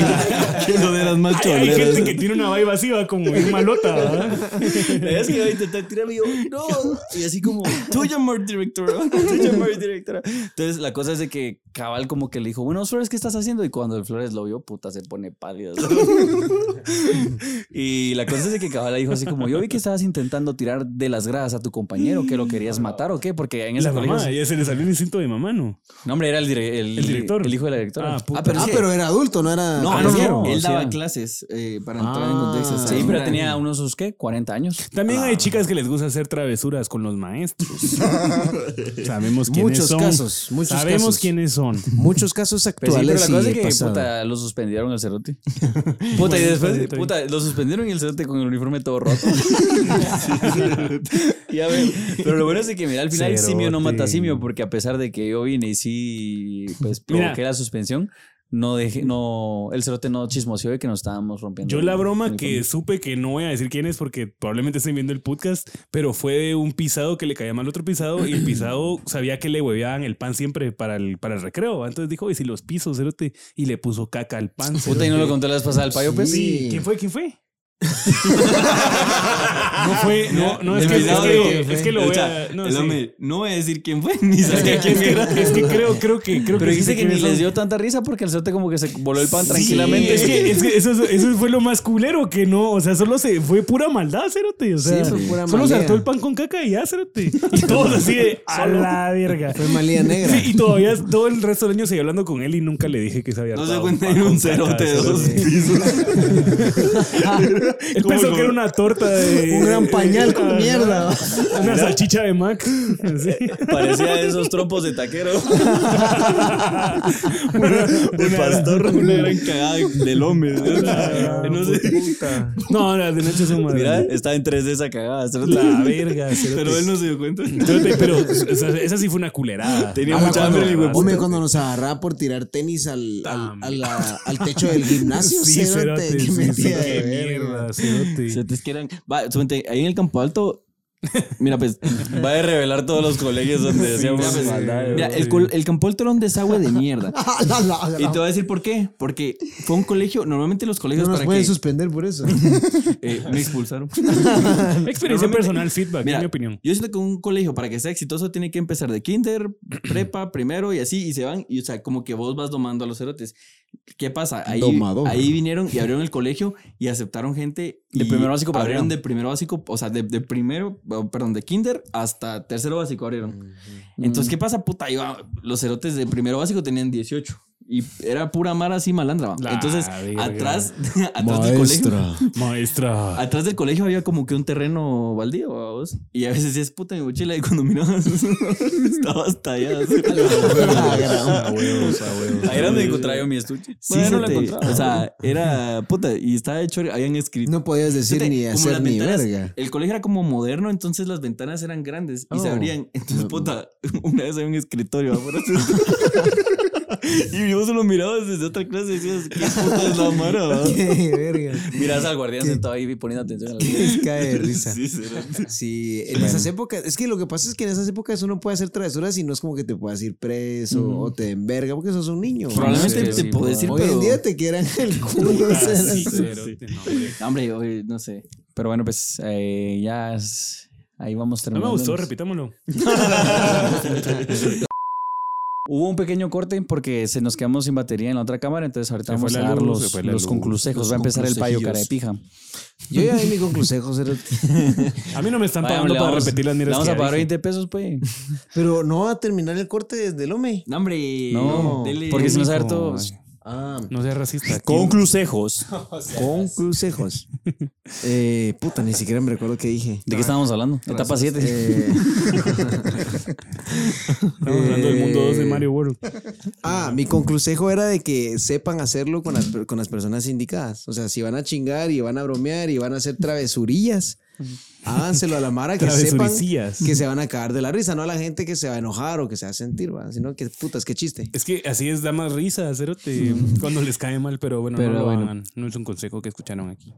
Speaker 1: Qué loderas más
Speaker 3: Hay, hay gente
Speaker 1: choleras.
Speaker 3: que tiene una vibe así, va como bien malota. ¿verdad?
Speaker 1: Es que iba a intentar tirarme y yo, no. Y así como, tuya, amor directora. Tuya, amor directora. Entonces, la cosa es de que Cabal como que le dijo, bueno, Flores, ¿qué estás haciendo? Y cuando el Flores lo vio, puta, se pone pálido. y la cosa es de que Cabal le dijo así como, yo vi que estabas intentando tirar de las gradas a tu compañero, que lo querías matar o qué, porque en ese
Speaker 3: La
Speaker 1: colegio...
Speaker 3: mamá, ya se le salió el instinto de mamá, ¿no?
Speaker 1: No, hombre, era el, dire- el,
Speaker 3: El director.
Speaker 1: El hijo de la directora.
Speaker 3: Ah, puta.
Speaker 2: Ah,
Speaker 1: sí-
Speaker 2: pero era adulto, no era.
Speaker 1: No,
Speaker 2: Ah,
Speaker 1: no, no,
Speaker 2: era-
Speaker 1: o
Speaker 5: Él
Speaker 1: sea.
Speaker 5: daba clases eh, para entrar en
Speaker 2: Ah.
Speaker 5: contexto.
Speaker 1: Sí, pero tenía unos, sus, ¿qué? 40 años.
Speaker 3: También hay chicas que les gusta hacer travesuras con los maestros. Sabemos quiénes
Speaker 2: Muchos
Speaker 3: son.
Speaker 2: casos, muchos
Speaker 3: Sabemos
Speaker 2: casos.
Speaker 3: quiénes son.
Speaker 2: Muchos casos
Speaker 1: Pues sí, pero
Speaker 2: actuales.
Speaker 1: la cosa
Speaker 2: y
Speaker 1: es que
Speaker 2: pasado.
Speaker 1: puta, lo suspendieron al cerote. Puta, y después, puta, lo suspendieron y el cerote con el uniforme todo roto. ya ven. Pero lo bueno es de que, mira, al final simio no mata
Speaker 3: Cerote.
Speaker 1: simio, porque a pesar de que yo vine y sí, pues
Speaker 3: Mira.
Speaker 1: provoqué la suspensión, no dejé, no, el cerote no chismoseó de que nos estábamos rompiendo.
Speaker 3: Yo la
Speaker 1: el
Speaker 3: broma
Speaker 1: uniforme.
Speaker 3: que supe que no voy a decir quién es porque probablemente estén viendo el podcast, pero fue de un pisado que le caía mal otro pisado y el pisado sabía que le hueveaban el pan siempre para el, para el recreo. ¿va? Entonces dijo, y si los pisos, cerote, y le puso caca al pan.
Speaker 1: Puta, y no
Speaker 3: cerote.
Speaker 1: lo conté la vez pasada al payo, pues.
Speaker 3: Sí, ¿quién fue? ¿Quién fue? no fue, no, no, es
Speaker 5: El
Speaker 3: que, es
Speaker 5: pisado
Speaker 3: que,
Speaker 5: de-
Speaker 3: es que lo
Speaker 5: O
Speaker 3: voy
Speaker 5: sea,
Speaker 3: a.
Speaker 1: Ah,
Speaker 3: No,
Speaker 5: el
Speaker 3: sí.
Speaker 5: hombre, no voy a decir quién fue, ni
Speaker 3: Es que,
Speaker 5: sabía quién
Speaker 3: es que-
Speaker 5: era.
Speaker 3: es que creo, creo que.
Speaker 1: Pero
Speaker 3: Creo que sí
Speaker 1: dijiste
Speaker 3: sé
Speaker 1: que ni
Speaker 3: quiénes son.
Speaker 1: les dio tanta risa porque el cerote como que se voló el pan
Speaker 3: Sí,
Speaker 1: tranquilamente.
Speaker 3: es que, es que eso, es- eso fue lo más culero que no, o sea, solo se fue pura maldad, Cerote. O sea,
Speaker 2: Sí, fue pura
Speaker 3: solo
Speaker 2: malea.
Speaker 3: saltó el pan con caca y ya, Cerote. Y todos así de a la verga.
Speaker 2: Fue malía negra. Ah,
Speaker 3: Sí, y todavía todo el resto del año seguí hablando con él y nunca le dije que se había
Speaker 5: No se
Speaker 3: hartado
Speaker 5: cuenta,
Speaker 3: pan
Speaker 5: era un
Speaker 3: con caca,
Speaker 5: cerote de dos
Speaker 3: Cerote.
Speaker 5: pisos.
Speaker 3: Él
Speaker 5: ¿Cómo
Speaker 3: pensó
Speaker 5: no?
Speaker 3: que era una torta de.
Speaker 2: Un gran pañal con
Speaker 3: Ajá.
Speaker 2: mierda.
Speaker 3: Una salchicha de Mac. Así.
Speaker 1: Parecía esos trompos de taquero.
Speaker 5: De pastor, una gran cagada del hombre. No sé.
Speaker 3: No, las de noche son más.
Speaker 1: Mira, está en 3D esa cagada. cerote.
Speaker 3: La verga, Cerote.
Speaker 5: Pero él no se dio cuenta.
Speaker 3: Cerote, Pero o sea, esa sí fue una culerada.
Speaker 5: Tenía
Speaker 2: Ala,
Speaker 5: mucha
Speaker 2: cuando-
Speaker 5: hambre el hijo de puta.
Speaker 2: Hombre, cuando nos agarraba por tirar tenis al, al, a la- al techo del gimnasio,
Speaker 3: Sí,
Speaker 2: cerote,
Speaker 3: cerote,
Speaker 2: que
Speaker 3: sí,
Speaker 2: metía
Speaker 3: sí,
Speaker 2: de
Speaker 3: qué
Speaker 2: verga.
Speaker 3: mierda, cerote.
Speaker 1: Se te quieran. Va, suponte, ahí en el campo alto. Mira, pues va a revelar todos los colegios donde hacíamos
Speaker 5: mira, pues,
Speaker 1: maldades,
Speaker 5: Mira,
Speaker 1: ¿no?
Speaker 5: el, col- el campo era un desagüe de mierda.
Speaker 2: Ah, la, la, la,
Speaker 5: Y
Speaker 2: la.
Speaker 5: te voy a decir por qué. Porque fue un colegio. Normalmente los
Speaker 2: No
Speaker 5: colegios
Speaker 2: nos
Speaker 5: para
Speaker 2: pueden
Speaker 5: que
Speaker 2: suspender por eso.
Speaker 5: eh, me expulsaron.
Speaker 3: Experiencia
Speaker 5: Normalmente-
Speaker 3: personal, feedback,
Speaker 5: Mira,
Speaker 3: en mi opinión.
Speaker 5: Yo siento que un colegio para que sea exitoso tiene que empezar de kinder, prepa, primero y así, y se van, y o sea, como que vos vas domando a los cerotes. ¿Qué pasa? Ahí,
Speaker 2: Domador.
Speaker 5: ahí vinieron y abrieron el colegio y aceptaron gente
Speaker 1: De
Speaker 5: y
Speaker 1: primero básico para
Speaker 5: abrieron
Speaker 1: arriba.
Speaker 5: de primero básico, o sea, de, de primero, oh, perdón, de kinder hasta tercero básico abrieron. Entonces, ¿qué pasa? Puta, yo, los cerotes de primero básico tenían 18 y era pura mara así malandra. va.
Speaker 3: La
Speaker 5: Entonces,
Speaker 3: verga.
Speaker 5: atrás, atrás del colegio.
Speaker 3: Maestra.
Speaker 5: Atrás del colegio había como que un terreno baldío, vamos. Y a veces decías, puta, mi mochila. Y cuando mirabas, estabas tallada. así.
Speaker 2: La gran-
Speaker 1: Ahí era donde encontraba yo mi estuche.
Speaker 5: Sí,
Speaker 1: Bueno,
Speaker 5: se
Speaker 1: no lo
Speaker 5: te-
Speaker 1: encontraba.
Speaker 5: O sea, era puta. Y estaba hecho, habían escrito.
Speaker 2: No podías decir
Speaker 5: Fíjate,
Speaker 2: ni
Speaker 5: como
Speaker 2: hacer
Speaker 5: las
Speaker 2: ni
Speaker 5: ventanas-
Speaker 2: verga.
Speaker 5: El colegio era como moderno, entonces las ventanas eran grandes y se
Speaker 2: Oh.
Speaker 5: abrían. Entonces, puta, una vez había un escritorio afuera. y yo solo miraba desde otra clase y decías, ¿qué puta es la mara? va?"
Speaker 2: Qué verga.
Speaker 5: Miras al guardián sentado ahí poniendo atención a la
Speaker 2: Les cae de risa.
Speaker 5: Sí, será.
Speaker 2: Sí, en esas épocas, es que lo que pasa es que en esas épocas uno puede hacer travesuras y no es como que te puedas ir preso o te enverga porque sos un niño.
Speaker 5: Probablemente
Speaker 4: Sí,
Speaker 5: te
Speaker 4: sí,
Speaker 5: puedes ir,
Speaker 2: Hoy en
Speaker 5: pero... Ah,
Speaker 2: día te quieran el culo. o sea,
Speaker 3: Sí,
Speaker 2: las-
Speaker 3: cerote, no, hombre.
Speaker 5: No, Hombre, hoy no sé.
Speaker 1: Pero bueno, pues eh, ya es- ahí vamos
Speaker 3: No
Speaker 1: terminando.
Speaker 3: me gustó, repitámoslo.
Speaker 1: Hubo un pequeño corte porque se nos quedamos sin batería en la otra cámara, entonces ahorita
Speaker 3: Se fue
Speaker 1: vamos a
Speaker 3: la
Speaker 1: dar
Speaker 3: luz, se
Speaker 1: los,
Speaker 3: fue la
Speaker 1: los
Speaker 3: luz.
Speaker 1: conclusejos. Va a empezar el payo cara de pija.
Speaker 2: Yo ya di mi consejo,
Speaker 3: A mí no me están
Speaker 1: Vaya,
Speaker 3: pagando
Speaker 1: le
Speaker 3: para
Speaker 1: vamos-
Speaker 3: repetir las
Speaker 1: le
Speaker 3: mierdas.
Speaker 1: Vamos
Speaker 3: que
Speaker 1: a
Speaker 3: ya
Speaker 1: pagar
Speaker 3: dije.
Speaker 1: 20 pesos, pues.
Speaker 2: pero no va a terminar el corte desde el hombre.
Speaker 5: No, hombre.
Speaker 1: No,
Speaker 5: dele.
Speaker 1: porque si no sabes
Speaker 3: Hijo,
Speaker 1: todo.
Speaker 2: Ah,
Speaker 3: No seas racista. aquí-
Speaker 1: Conclusejos.
Speaker 2: consejos. Eh, puta, ni siquiera me recuerdo qué dije.
Speaker 1: ¿De qué estábamos hablando? Etapa 7.
Speaker 2: Eh,
Speaker 3: Estamos hablando del mundo 2 de Mario World.
Speaker 2: Ah, mi conclusejo era de que sepan hacerlo con las, per- con las personas indicadas. O sea, si van a chingar y van a bromear y van a hacer travesurías, háganselo a la mara que sepan
Speaker 3: Travesuricillas.
Speaker 2: que se van a cagar de la risa, no a la gente que se va a enojar o que se va a sentir, ¿va? sino que putas, qué chiste.
Speaker 3: Es que así es, da más risa, cerote, cuando les cae mal, Mm. pero bueno,
Speaker 1: Pero
Speaker 3: no lo
Speaker 1: bueno.
Speaker 3: hagan. No es un consejo que escucharon aquí.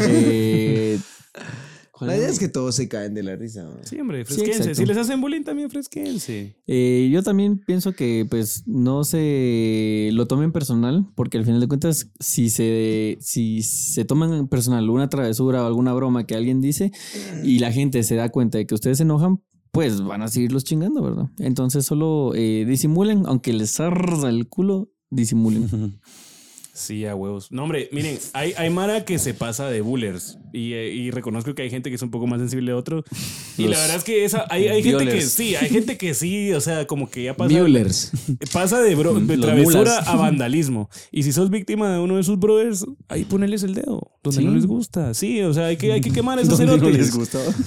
Speaker 1: Eh,
Speaker 2: La idea es que todos se caen de la risa. ¿va?
Speaker 3: Sí, hombre, fresquense.
Speaker 1: exacto.
Speaker 3: si les hacen bullying, también fresquense.
Speaker 1: Eh, yo también pienso que pues no se lo tomen personal, porque al final de cuentas, si se, si se toman en personal una travesura o alguna broma que alguien dice y la gente se da cuenta de que ustedes se enojan, pues van a seguirlos chingando, ¿verdad? Entonces solo eh, disimulen, aunque les arda el culo, disimulen.
Speaker 3: Sí, a huevos. No, hombre, miren, hay, hay Mara que se pasa de bullers. Y, eh, y reconozco que hay gente que es un poco más sensible a otro. Y la
Speaker 1: Los
Speaker 3: verdad es que esa, hay, hay gente que
Speaker 1: violers.
Speaker 3: sí, hay gente que sí, o sea, como que ya pasa,
Speaker 2: Buellers.
Speaker 3: pasa de, bro- de
Speaker 1: Los
Speaker 3: travesura
Speaker 1: mulas.
Speaker 3: a vandalismo. Y si sos víctima de uno de sus brothers, ahí ponerles el dedo, donde
Speaker 1: Sí.
Speaker 3: no les gusta. Sí, o sea, hay que, hay que quemar esos cerotes.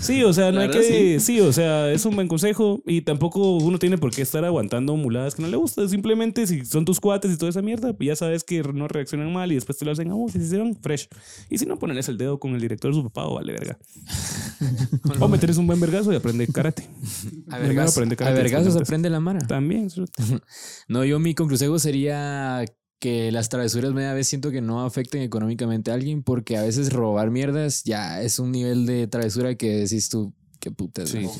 Speaker 3: Sí, o sea, no hay
Speaker 5: verdad,
Speaker 3: que. Sí. o sea, es un buen consejo y tampoco uno tiene por qué estar aguantando muladas que no le gustan. Simplemente si son tus cuates y toda esa mierda, pues ya sabes que no reaccionan mal y después te lo hacen a vos y se hicieron fresh. Y si no, ponerles el dedo con el director de su papá o vale verga. o meterles un buen vergazo y aprende karate.
Speaker 4: A
Speaker 3: Primero
Speaker 4: vergas-
Speaker 3: aprende
Speaker 4: a
Speaker 3: karate,
Speaker 4: vergazos
Speaker 3: después-
Speaker 4: aprende la mara.
Speaker 3: También.
Speaker 4: No, yo mi conclusión sería que las travesuras media vez siento que no afecten económicamente a alguien porque a veces robar mierdas ya es un nivel de travesura que decís tú, qué putas. ¿no?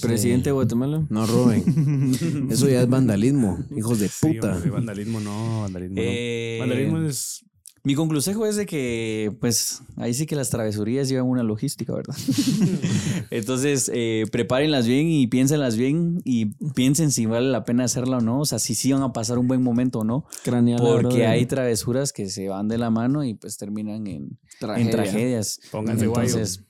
Speaker 1: Presidente de Guatemala.
Speaker 2: No roben. Eso ya es vandalismo, hijos de puta.
Speaker 3: vandalismo no, vandalismo
Speaker 1: Eh,
Speaker 3: no. Vandalismo es.
Speaker 1: Mi consejo es de que, pues, ahí sí que las travesurías llevan una logística, ¿verdad? Entonces, eh, prepárenlas bien y piénsenlas bien y piensen si vale la pena hacerla o no, o sea, si sí van a pasar un buen momento o no,
Speaker 5: Craneal, la
Speaker 1: porque
Speaker 5: verdad. eh.
Speaker 1: hay travesuras que se van de la mano y pues terminan en, en tragedias.
Speaker 3: Pónganse
Speaker 1: Entonces,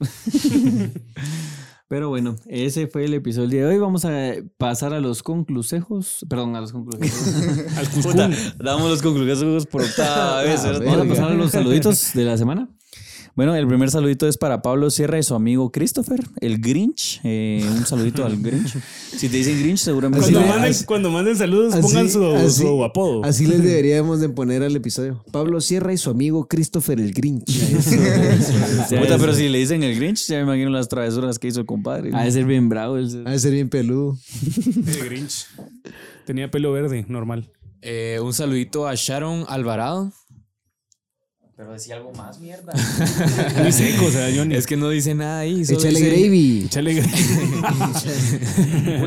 Speaker 1: Pero bueno, ese fue el episodio del día de hoy. Vamos a pasar a los conclusejos. Perdón, a los conclusejos.
Speaker 3: Al Cuscún.
Speaker 1: Damos los conclusivos por octava vez.
Speaker 2: Ah,
Speaker 1: Vamos a
Speaker 2: verga.
Speaker 1: pasar a los saluditos de la semana. Bueno, el primer saludito es para Pablo Sierra y su amigo Christopher, el Grinch. Eh, un saludito al Grinch. Si te dicen Grinch, seguramente.
Speaker 3: Cuando
Speaker 2: Así-
Speaker 3: manden, cuando manden saludos, pongan su,
Speaker 2: así-
Speaker 3: su apodo.
Speaker 2: Así les deberíamos de poner al episodio. Pablo Sierra y su amigo Christopher el Grinch.
Speaker 1: Puta, pero si le dicen el Grinch, ya me imagino las travesuras que hizo el compadre. Ha de ser bien bravo.
Speaker 2: Ha de ser bien peludo.
Speaker 3: El Grinch. Tenía pelo verde, normal.
Speaker 4: Eh, un saludito a Sharon Alvarado.
Speaker 1: Pero decía algo más, mierda.
Speaker 3: Muy seco, o sea, Johnny.
Speaker 4: Es que no dice nada ahí. solo
Speaker 2: Échale
Speaker 4: dice-
Speaker 2: gravy.
Speaker 3: Chale,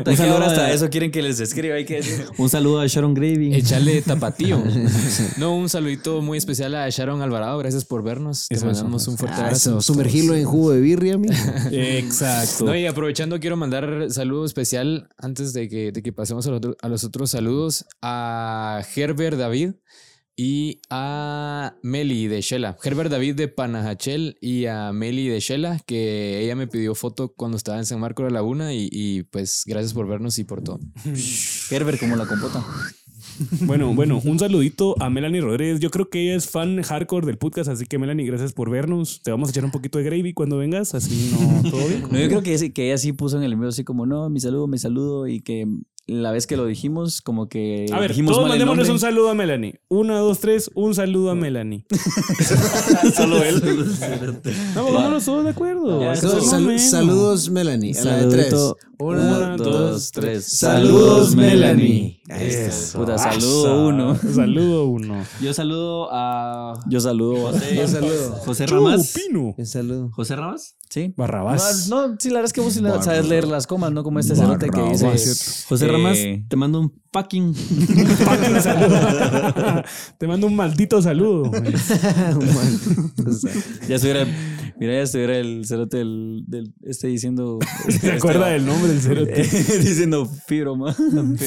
Speaker 1: un saludo hasta eso quieren que les escriba. Hay que Un saludo a Sharon Gravy.
Speaker 4: Échale tapatío. no, un saludito muy especial a Sharon Alvarado. Gracias por vernos. Te
Speaker 3: Eso,
Speaker 4: mandamos
Speaker 3: eso,
Speaker 4: un fuerte
Speaker 2: Ah,
Speaker 4: abrazo.
Speaker 2: eso, sumergirlo en jugo de birria, mi.
Speaker 3: Exacto.
Speaker 4: No, y aprovechando, quiero mandar saludo especial antes de que, de que pasemos a los, otro- a los otros saludos a Herbert David y a Meli de Shela. Herbert David de Panajachel y a Meli de Shela, que ella me pidió foto cuando estaba en San Marco de la Laguna. Y, y, pues gracias por vernos y por todo.
Speaker 1: Gerber como la compota.
Speaker 3: Bueno, bueno, un saludito a Melanie Rodríguez. Yo creo que ella es fan hardcore del podcast, así que Melanie, gracias por vernos. Te vamos a echar un poquito de gravy cuando vengas, así no todo bien.
Speaker 1: No, yo creo que, ese- que ella sí puso en el envío así como, no, mi saludo, mi saludo, y que la vez que lo dijimos, como que
Speaker 3: A ver,
Speaker 1: dijimos
Speaker 3: todos
Speaker 1: mal el
Speaker 3: mandémonos un
Speaker 1: nombre.
Speaker 3: saludo a Melanie. Una, dos, tres, un saludo a Melanie.
Speaker 5: Solo él.
Speaker 3: No, vámonos todos de acuerdo.
Speaker 1: Ya,
Speaker 3: Hay que
Speaker 1: eso-
Speaker 3: ser más
Speaker 2: Sal-
Speaker 3: menos.
Speaker 2: saludos, Melanie. A la de tres.
Speaker 1: Saludito.
Speaker 2: Una,
Speaker 1: Uno, dos, tres.
Speaker 2: Saludos, Melanie.
Speaker 3: Eso.
Speaker 1: Puta, saludo
Speaker 3: Asa.
Speaker 1: uno.
Speaker 3: Saludo uno.
Speaker 5: Yo saludo a
Speaker 1: Yo saludo. a-
Speaker 5: José,
Speaker 2: Un saludo.
Speaker 5: José Ramás.
Speaker 3: Chupino.
Speaker 2: Un saludo.
Speaker 5: José Ramás.
Speaker 1: Sí.
Speaker 3: Barrabás.
Speaker 1: No, no, sí, la verdad es que vos sí la- sabes leer las comas, ¿no? Como este
Speaker 3: Barrabás.
Speaker 1: cerote que dice.
Speaker 5: José
Speaker 1: eh,
Speaker 5: Ramás, te mando un fucking.
Speaker 3: Fucking saludo. Te mando un maldito saludo. güey.
Speaker 1: Ya estuviera. Mira, ya estuviera el cerote del. del- este diciendo.
Speaker 3: ¿Se acuerda del nombre del
Speaker 1: Este
Speaker 3: cerote?
Speaker 1: diciendo fibroma.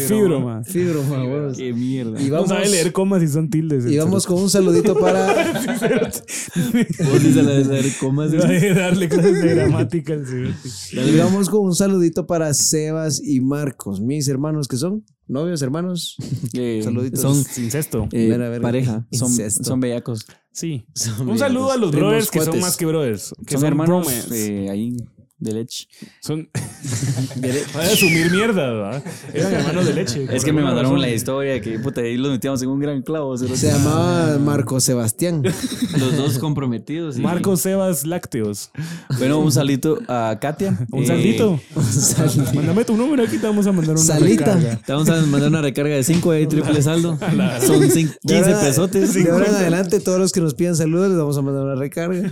Speaker 3: Fibroma.
Speaker 2: Fibro, favor.
Speaker 1: Qué mierda.
Speaker 2: Y
Speaker 3: No
Speaker 2: vamos,
Speaker 3: sabe leer comas y son tildes. el
Speaker 2: y vamos
Speaker 3: cerote.
Speaker 2: con un saludito para.
Speaker 5: Vos dices la de dar comas.
Speaker 3: Sabe
Speaker 1: eh.
Speaker 3: darle clases de gramática al cerote.
Speaker 2: Y vamos con un saludito para Sebas y Marcos, mis hermanos que son novios, hermanos.
Speaker 1: Eh,
Speaker 2: Saluditos.
Speaker 1: Son
Speaker 3: Incesto.
Speaker 1: eh,
Speaker 2: Mera verga.
Speaker 1: pareja. Son,
Speaker 2: Incesto.
Speaker 1: son bellacos.
Speaker 3: Sí.
Speaker 2: Son
Speaker 3: Un saludo
Speaker 2: amigos,
Speaker 3: a los
Speaker 2: primos,
Speaker 3: brothers que son
Speaker 2: cuates.
Speaker 3: más que brothers. Que
Speaker 1: son,
Speaker 3: son
Speaker 1: hermanos
Speaker 3: bromance.
Speaker 1: eh, ahí de leche.
Speaker 3: Son. Para asumir mierda, ¿verdad? Eran hermanos de leche.
Speaker 1: Es que me mandaron la historia que puta, ahí los metíamos en un gran clavo. cerote.
Speaker 2: Se llamaba Marco Sebastián.
Speaker 5: Los dos comprometidos. y-
Speaker 3: Marco Sebas Lácteos.
Speaker 1: Bueno, un salito a Katia.
Speaker 3: Un
Speaker 1: Eh,
Speaker 3: saldito. Mándame tu número, aquí te vamos a mandar una
Speaker 2: Salita.
Speaker 3: recarga.
Speaker 5: Te vamos a mandar una recarga de 5 de triple saldo. Son cinc- 15
Speaker 2: De ahora-
Speaker 5: pesotes.
Speaker 2: De ahora en adelante, todos los que nos pidan saludos, les vamos a mandar una recarga.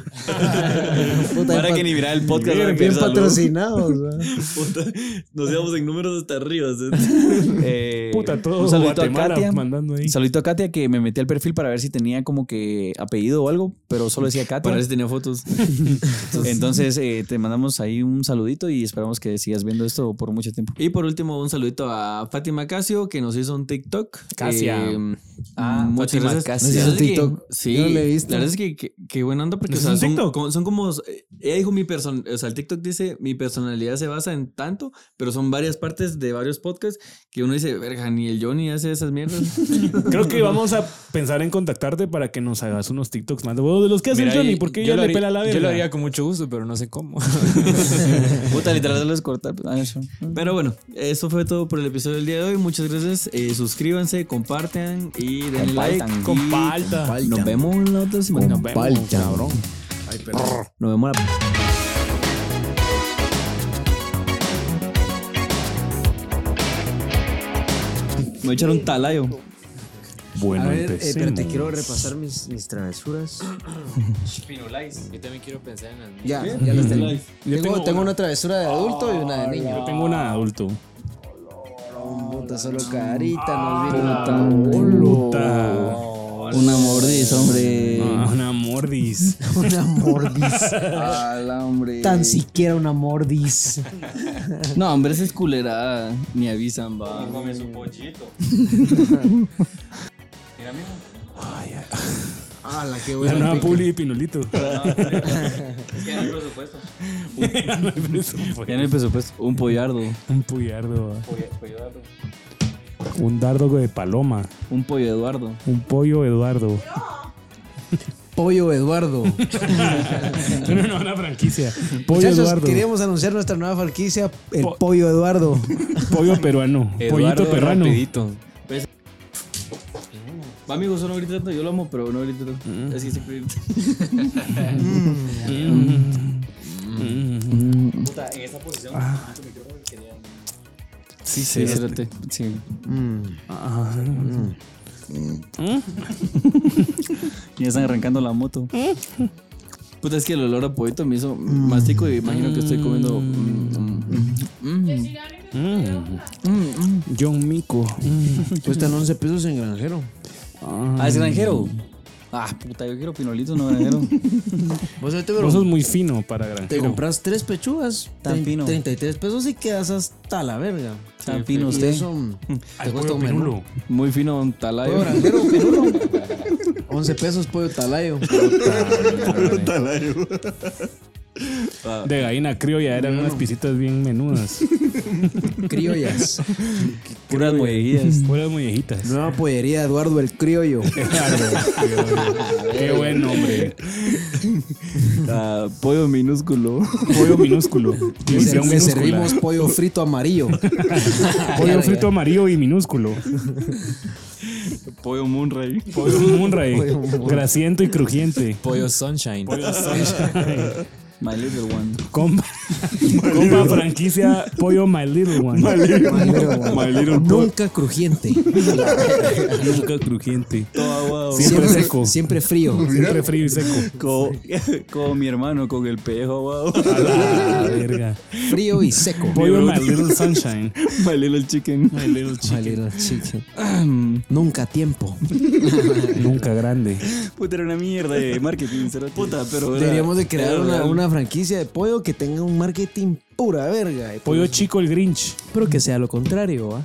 Speaker 2: Puta,
Speaker 1: Eh, Para
Speaker 2: bien
Speaker 1: que ni mirar el podcast.
Speaker 2: bien,
Speaker 1: ahora
Speaker 2: bien
Speaker 1: empieza, ¿no?
Speaker 2: patrocinados. ¿no?
Speaker 5: Puta, Nos llevamos en números hasta arriba. ¿sí?
Speaker 1: Eh,
Speaker 3: Puta, todo
Speaker 1: un saludito a
Speaker 3: Guatemala
Speaker 1: Katia.
Speaker 3: mandando ahí.
Speaker 1: Un saludito a Katia que me metí al perfil para ver si tenía como que apellido o algo, pero solo decía Katia.
Speaker 5: Para este ver si tenía fotos.
Speaker 1: Entonces eh, te mandamos ahí un saludito y esperamos que sigas viendo esto por mucho tiempo.
Speaker 5: Y por último, un saludito a Fátima Casio, que nos hizo un TikTok.
Speaker 3: Casia.
Speaker 5: ah, muchas
Speaker 1: Fátima
Speaker 5: gracias.
Speaker 1: Casia.
Speaker 5: La
Speaker 2: ¿Nos hizo
Speaker 5: verdad es que-
Speaker 2: TikTok?
Speaker 5: sí,
Speaker 2: Yo no lo he visto.
Speaker 5: La verdad es que, que, que buena onda porque
Speaker 3: ¿Nos
Speaker 5: o sea,
Speaker 3: hizo un
Speaker 5: son,
Speaker 3: TikTok?
Speaker 5: como, son como. eh, Ella dijo mi persona. O sea, el TikTok dice: Mi personalidad se basa en tanto, pero son varias partes de varios podcasts que uno dice: Verga, ni el Johnny hace esas mierdas.
Speaker 3: Creo que vamos a pensar en contactarte para que nos hagas unos TikToks más de huevos de los que hace el
Speaker 4: Mira,
Speaker 3: Johnny,
Speaker 4: y-
Speaker 3: porque
Speaker 4: yo
Speaker 3: ella
Speaker 4: lo
Speaker 3: le
Speaker 4: haría-
Speaker 3: pela la verga.
Speaker 4: Yo lo haría con mucho gusto, pero no sé cómo.
Speaker 1: Puta, literal, solo es cortar. Ah, eso.
Speaker 5: Pero bueno, eso fue todo por el episodio del día de hoy. Muchas gracias. Eh, suscríbanse, compartan y denle like.
Speaker 1: Compartan.
Speaker 5: y
Speaker 3: Con palta.
Speaker 5: Nos vemos la otra semana.
Speaker 3: Nos vemos,
Speaker 2: Palta.
Speaker 3: cabrón.
Speaker 5: Nos vemos la Me voy a echar un talayo.
Speaker 3: Bueno,
Speaker 2: A ver, eh, pero te
Speaker 3: empecemos.
Speaker 2: quiero repasar mis, mis travesuras.
Speaker 4: Yo también quiero pensar en las mías.
Speaker 2: Ya, ya las tengo.
Speaker 5: Yo
Speaker 2: Tengo,
Speaker 3: tengo
Speaker 2: tengo una Ah, travesura de adulto y una de niño.
Speaker 3: Yo tengo una de adulto.
Speaker 2: Puta, solo carita, nos vino
Speaker 3: Puta.
Speaker 5: Una mordida, hombre.
Speaker 3: Ah, una mordis.
Speaker 2: Una mordis.
Speaker 5: hombre.
Speaker 2: Tan siquiera una mordis.
Speaker 5: No, hombre, esa es culera. Ni avisan, va. Come su pochito.
Speaker 2: Ah, la que
Speaker 3: La
Speaker 2: buena.
Speaker 3: nueva
Speaker 2: pica.
Speaker 3: Puli y Pinolito.
Speaker 5: Es que no hay presupuesto.
Speaker 3: Fue
Speaker 5: Ya no hay presupuesto. Un pollardo.
Speaker 3: Un pullardo. Un dardo de paloma.
Speaker 5: Un pollo Eduardo.
Speaker 3: Un pollo Eduardo.
Speaker 2: Pollo Eduardo.
Speaker 3: No, no, una franquicia. Pollo
Speaker 2: Muchachos,
Speaker 3: Eduardo.
Speaker 2: queríamos anunciar nuestra nueva franquicia, el
Speaker 3: Po-
Speaker 2: Pollo Eduardo.
Speaker 3: Pollo peruano. Pollito peruano.
Speaker 4: Rapidito.
Speaker 5: Va, amigo, solo ahorita tanto. Yo lo amo, pero no ahorita tanto.
Speaker 1: Mm.
Speaker 5: Es que siempre grita.
Speaker 1: Mm. Ah. Sí, Mm. sí, cerote. Sí. Ya están arrancando la moto.
Speaker 5: Puta, es que el olor a pollito me hizo
Speaker 1: Mm.
Speaker 5: mastico y imagino que estoy comiendo. mm,
Speaker 3: John Mico.
Speaker 2: Cuestan 11 pesos en granjero.
Speaker 1: Ah, es granjero. Ah, puta, yo quiero pinolito, no granjero.
Speaker 2: Vos ahorita, pero
Speaker 3: Vos sos muy fino para
Speaker 2: te
Speaker 3: granjero.
Speaker 2: compras tres pechugas,
Speaker 1: Tan
Speaker 2: tre-
Speaker 1: fino.
Speaker 2: 33 pesos y quedas hasta la verga.
Speaker 1: Tan Ah, fino
Speaker 2: Y
Speaker 1: usted.
Speaker 2: eso, mm, te cuesta
Speaker 3: Pollo
Speaker 2: un menú.
Speaker 3: pirulo.
Speaker 5: Muy fino, un talayo.
Speaker 2: Pollo granjero, pirulo. 11 pesos pollo talayo.
Speaker 3: De gallina criolla eran unas pisitas bien menudas.
Speaker 2: Criollas.
Speaker 1: Puras mollejidas.
Speaker 3: Fueron mollejitas.
Speaker 2: Nueva pollería Eduardo el Criollo.
Speaker 3: Qué buen nombre.
Speaker 1: Ah, pollo minúsculo.
Speaker 3: Pollo minúsculo.
Speaker 2: Le
Speaker 3: División
Speaker 2: le
Speaker 3: minúscula.
Speaker 2: servimos pollo frito amarillo.
Speaker 3: Pollo frito amarillo y minúsculo.
Speaker 1: pollo Munray.
Speaker 3: Pollo Munray. Grasiento y crujiente.
Speaker 4: Pollo Sunshine.
Speaker 3: Pollo Sunshine.
Speaker 1: My Little One.
Speaker 3: Compa, compa franquicia Pollo My Little One.
Speaker 2: My little Nunca crujiente.
Speaker 3: Nunca crujiente. Siempre,
Speaker 2: Siempre,
Speaker 3: seco.
Speaker 2: siempre frío.
Speaker 3: Siempre frío y seco.
Speaker 1: Como, como mi hermano con el pejo, wow.
Speaker 3: A la verga.
Speaker 2: Frío y seco.
Speaker 3: Pollo My Little Sunshine.
Speaker 1: My Little Chicken.
Speaker 3: My Little
Speaker 2: My little chicken. Nunca tiempo.
Speaker 3: Nunca grande.
Speaker 1: Puta, era una mierda de marketing, cerote. Puta, pero era-
Speaker 2: Deberíamos de crear
Speaker 1: era
Speaker 2: una,
Speaker 1: real.
Speaker 2: una franquicia de pollo que tenga un marketing pura verga. Y
Speaker 3: Pollo chico el Grinch. Ah.
Speaker 2: Pero que sea lo contrario, ¿va?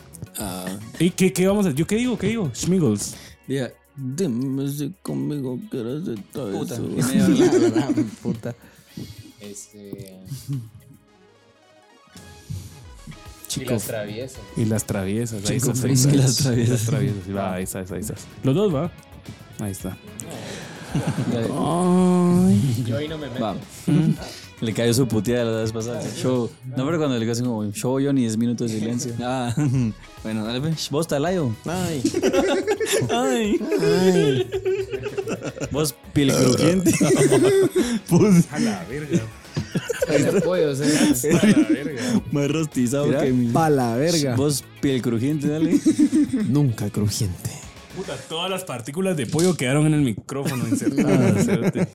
Speaker 3: ¿Y qué, qué vamos a ¿Yo qué digo? ¿Qué digo? Schmingles.
Speaker 1: Diga, dime si conmigo quieres de todo
Speaker 4: Puta,
Speaker 1: eso".
Speaker 4: qué miedo.
Speaker 2: Puta.
Speaker 4: Este.
Speaker 3: Chico. las
Speaker 4: traviesas.
Speaker 3: Y las traviesas. Ahí
Speaker 1: Chico
Speaker 2: pues,
Speaker 3: esas, ahí
Speaker 1: feliz.
Speaker 3: esas.
Speaker 1: Y las traviesas.
Speaker 3: Las traviesas. Va, ahí está, ahí está, ahí está. Ah. Los dos, va. Ahí está.
Speaker 4: Yo ahí no me meto.
Speaker 1: Va. Le cayó su puteada la vez pasada. Show. No, pero cuando le cayó así como show yo ni 10 minutos de silencio. Ah, bueno, dale, pues. vos talayo.
Speaker 2: Ay.
Speaker 1: Ay. Vos piel crujiente.
Speaker 4: Pollos, eh.
Speaker 1: Más rostizado
Speaker 2: Mira,
Speaker 1: que mi.
Speaker 2: pa' la verga.
Speaker 1: Vos piel crujiente, dale.
Speaker 2: Nunca crujiente.
Speaker 3: Ah, Puta, todas las partículas de pollo quedaron en el micrófono insertadas. cerote.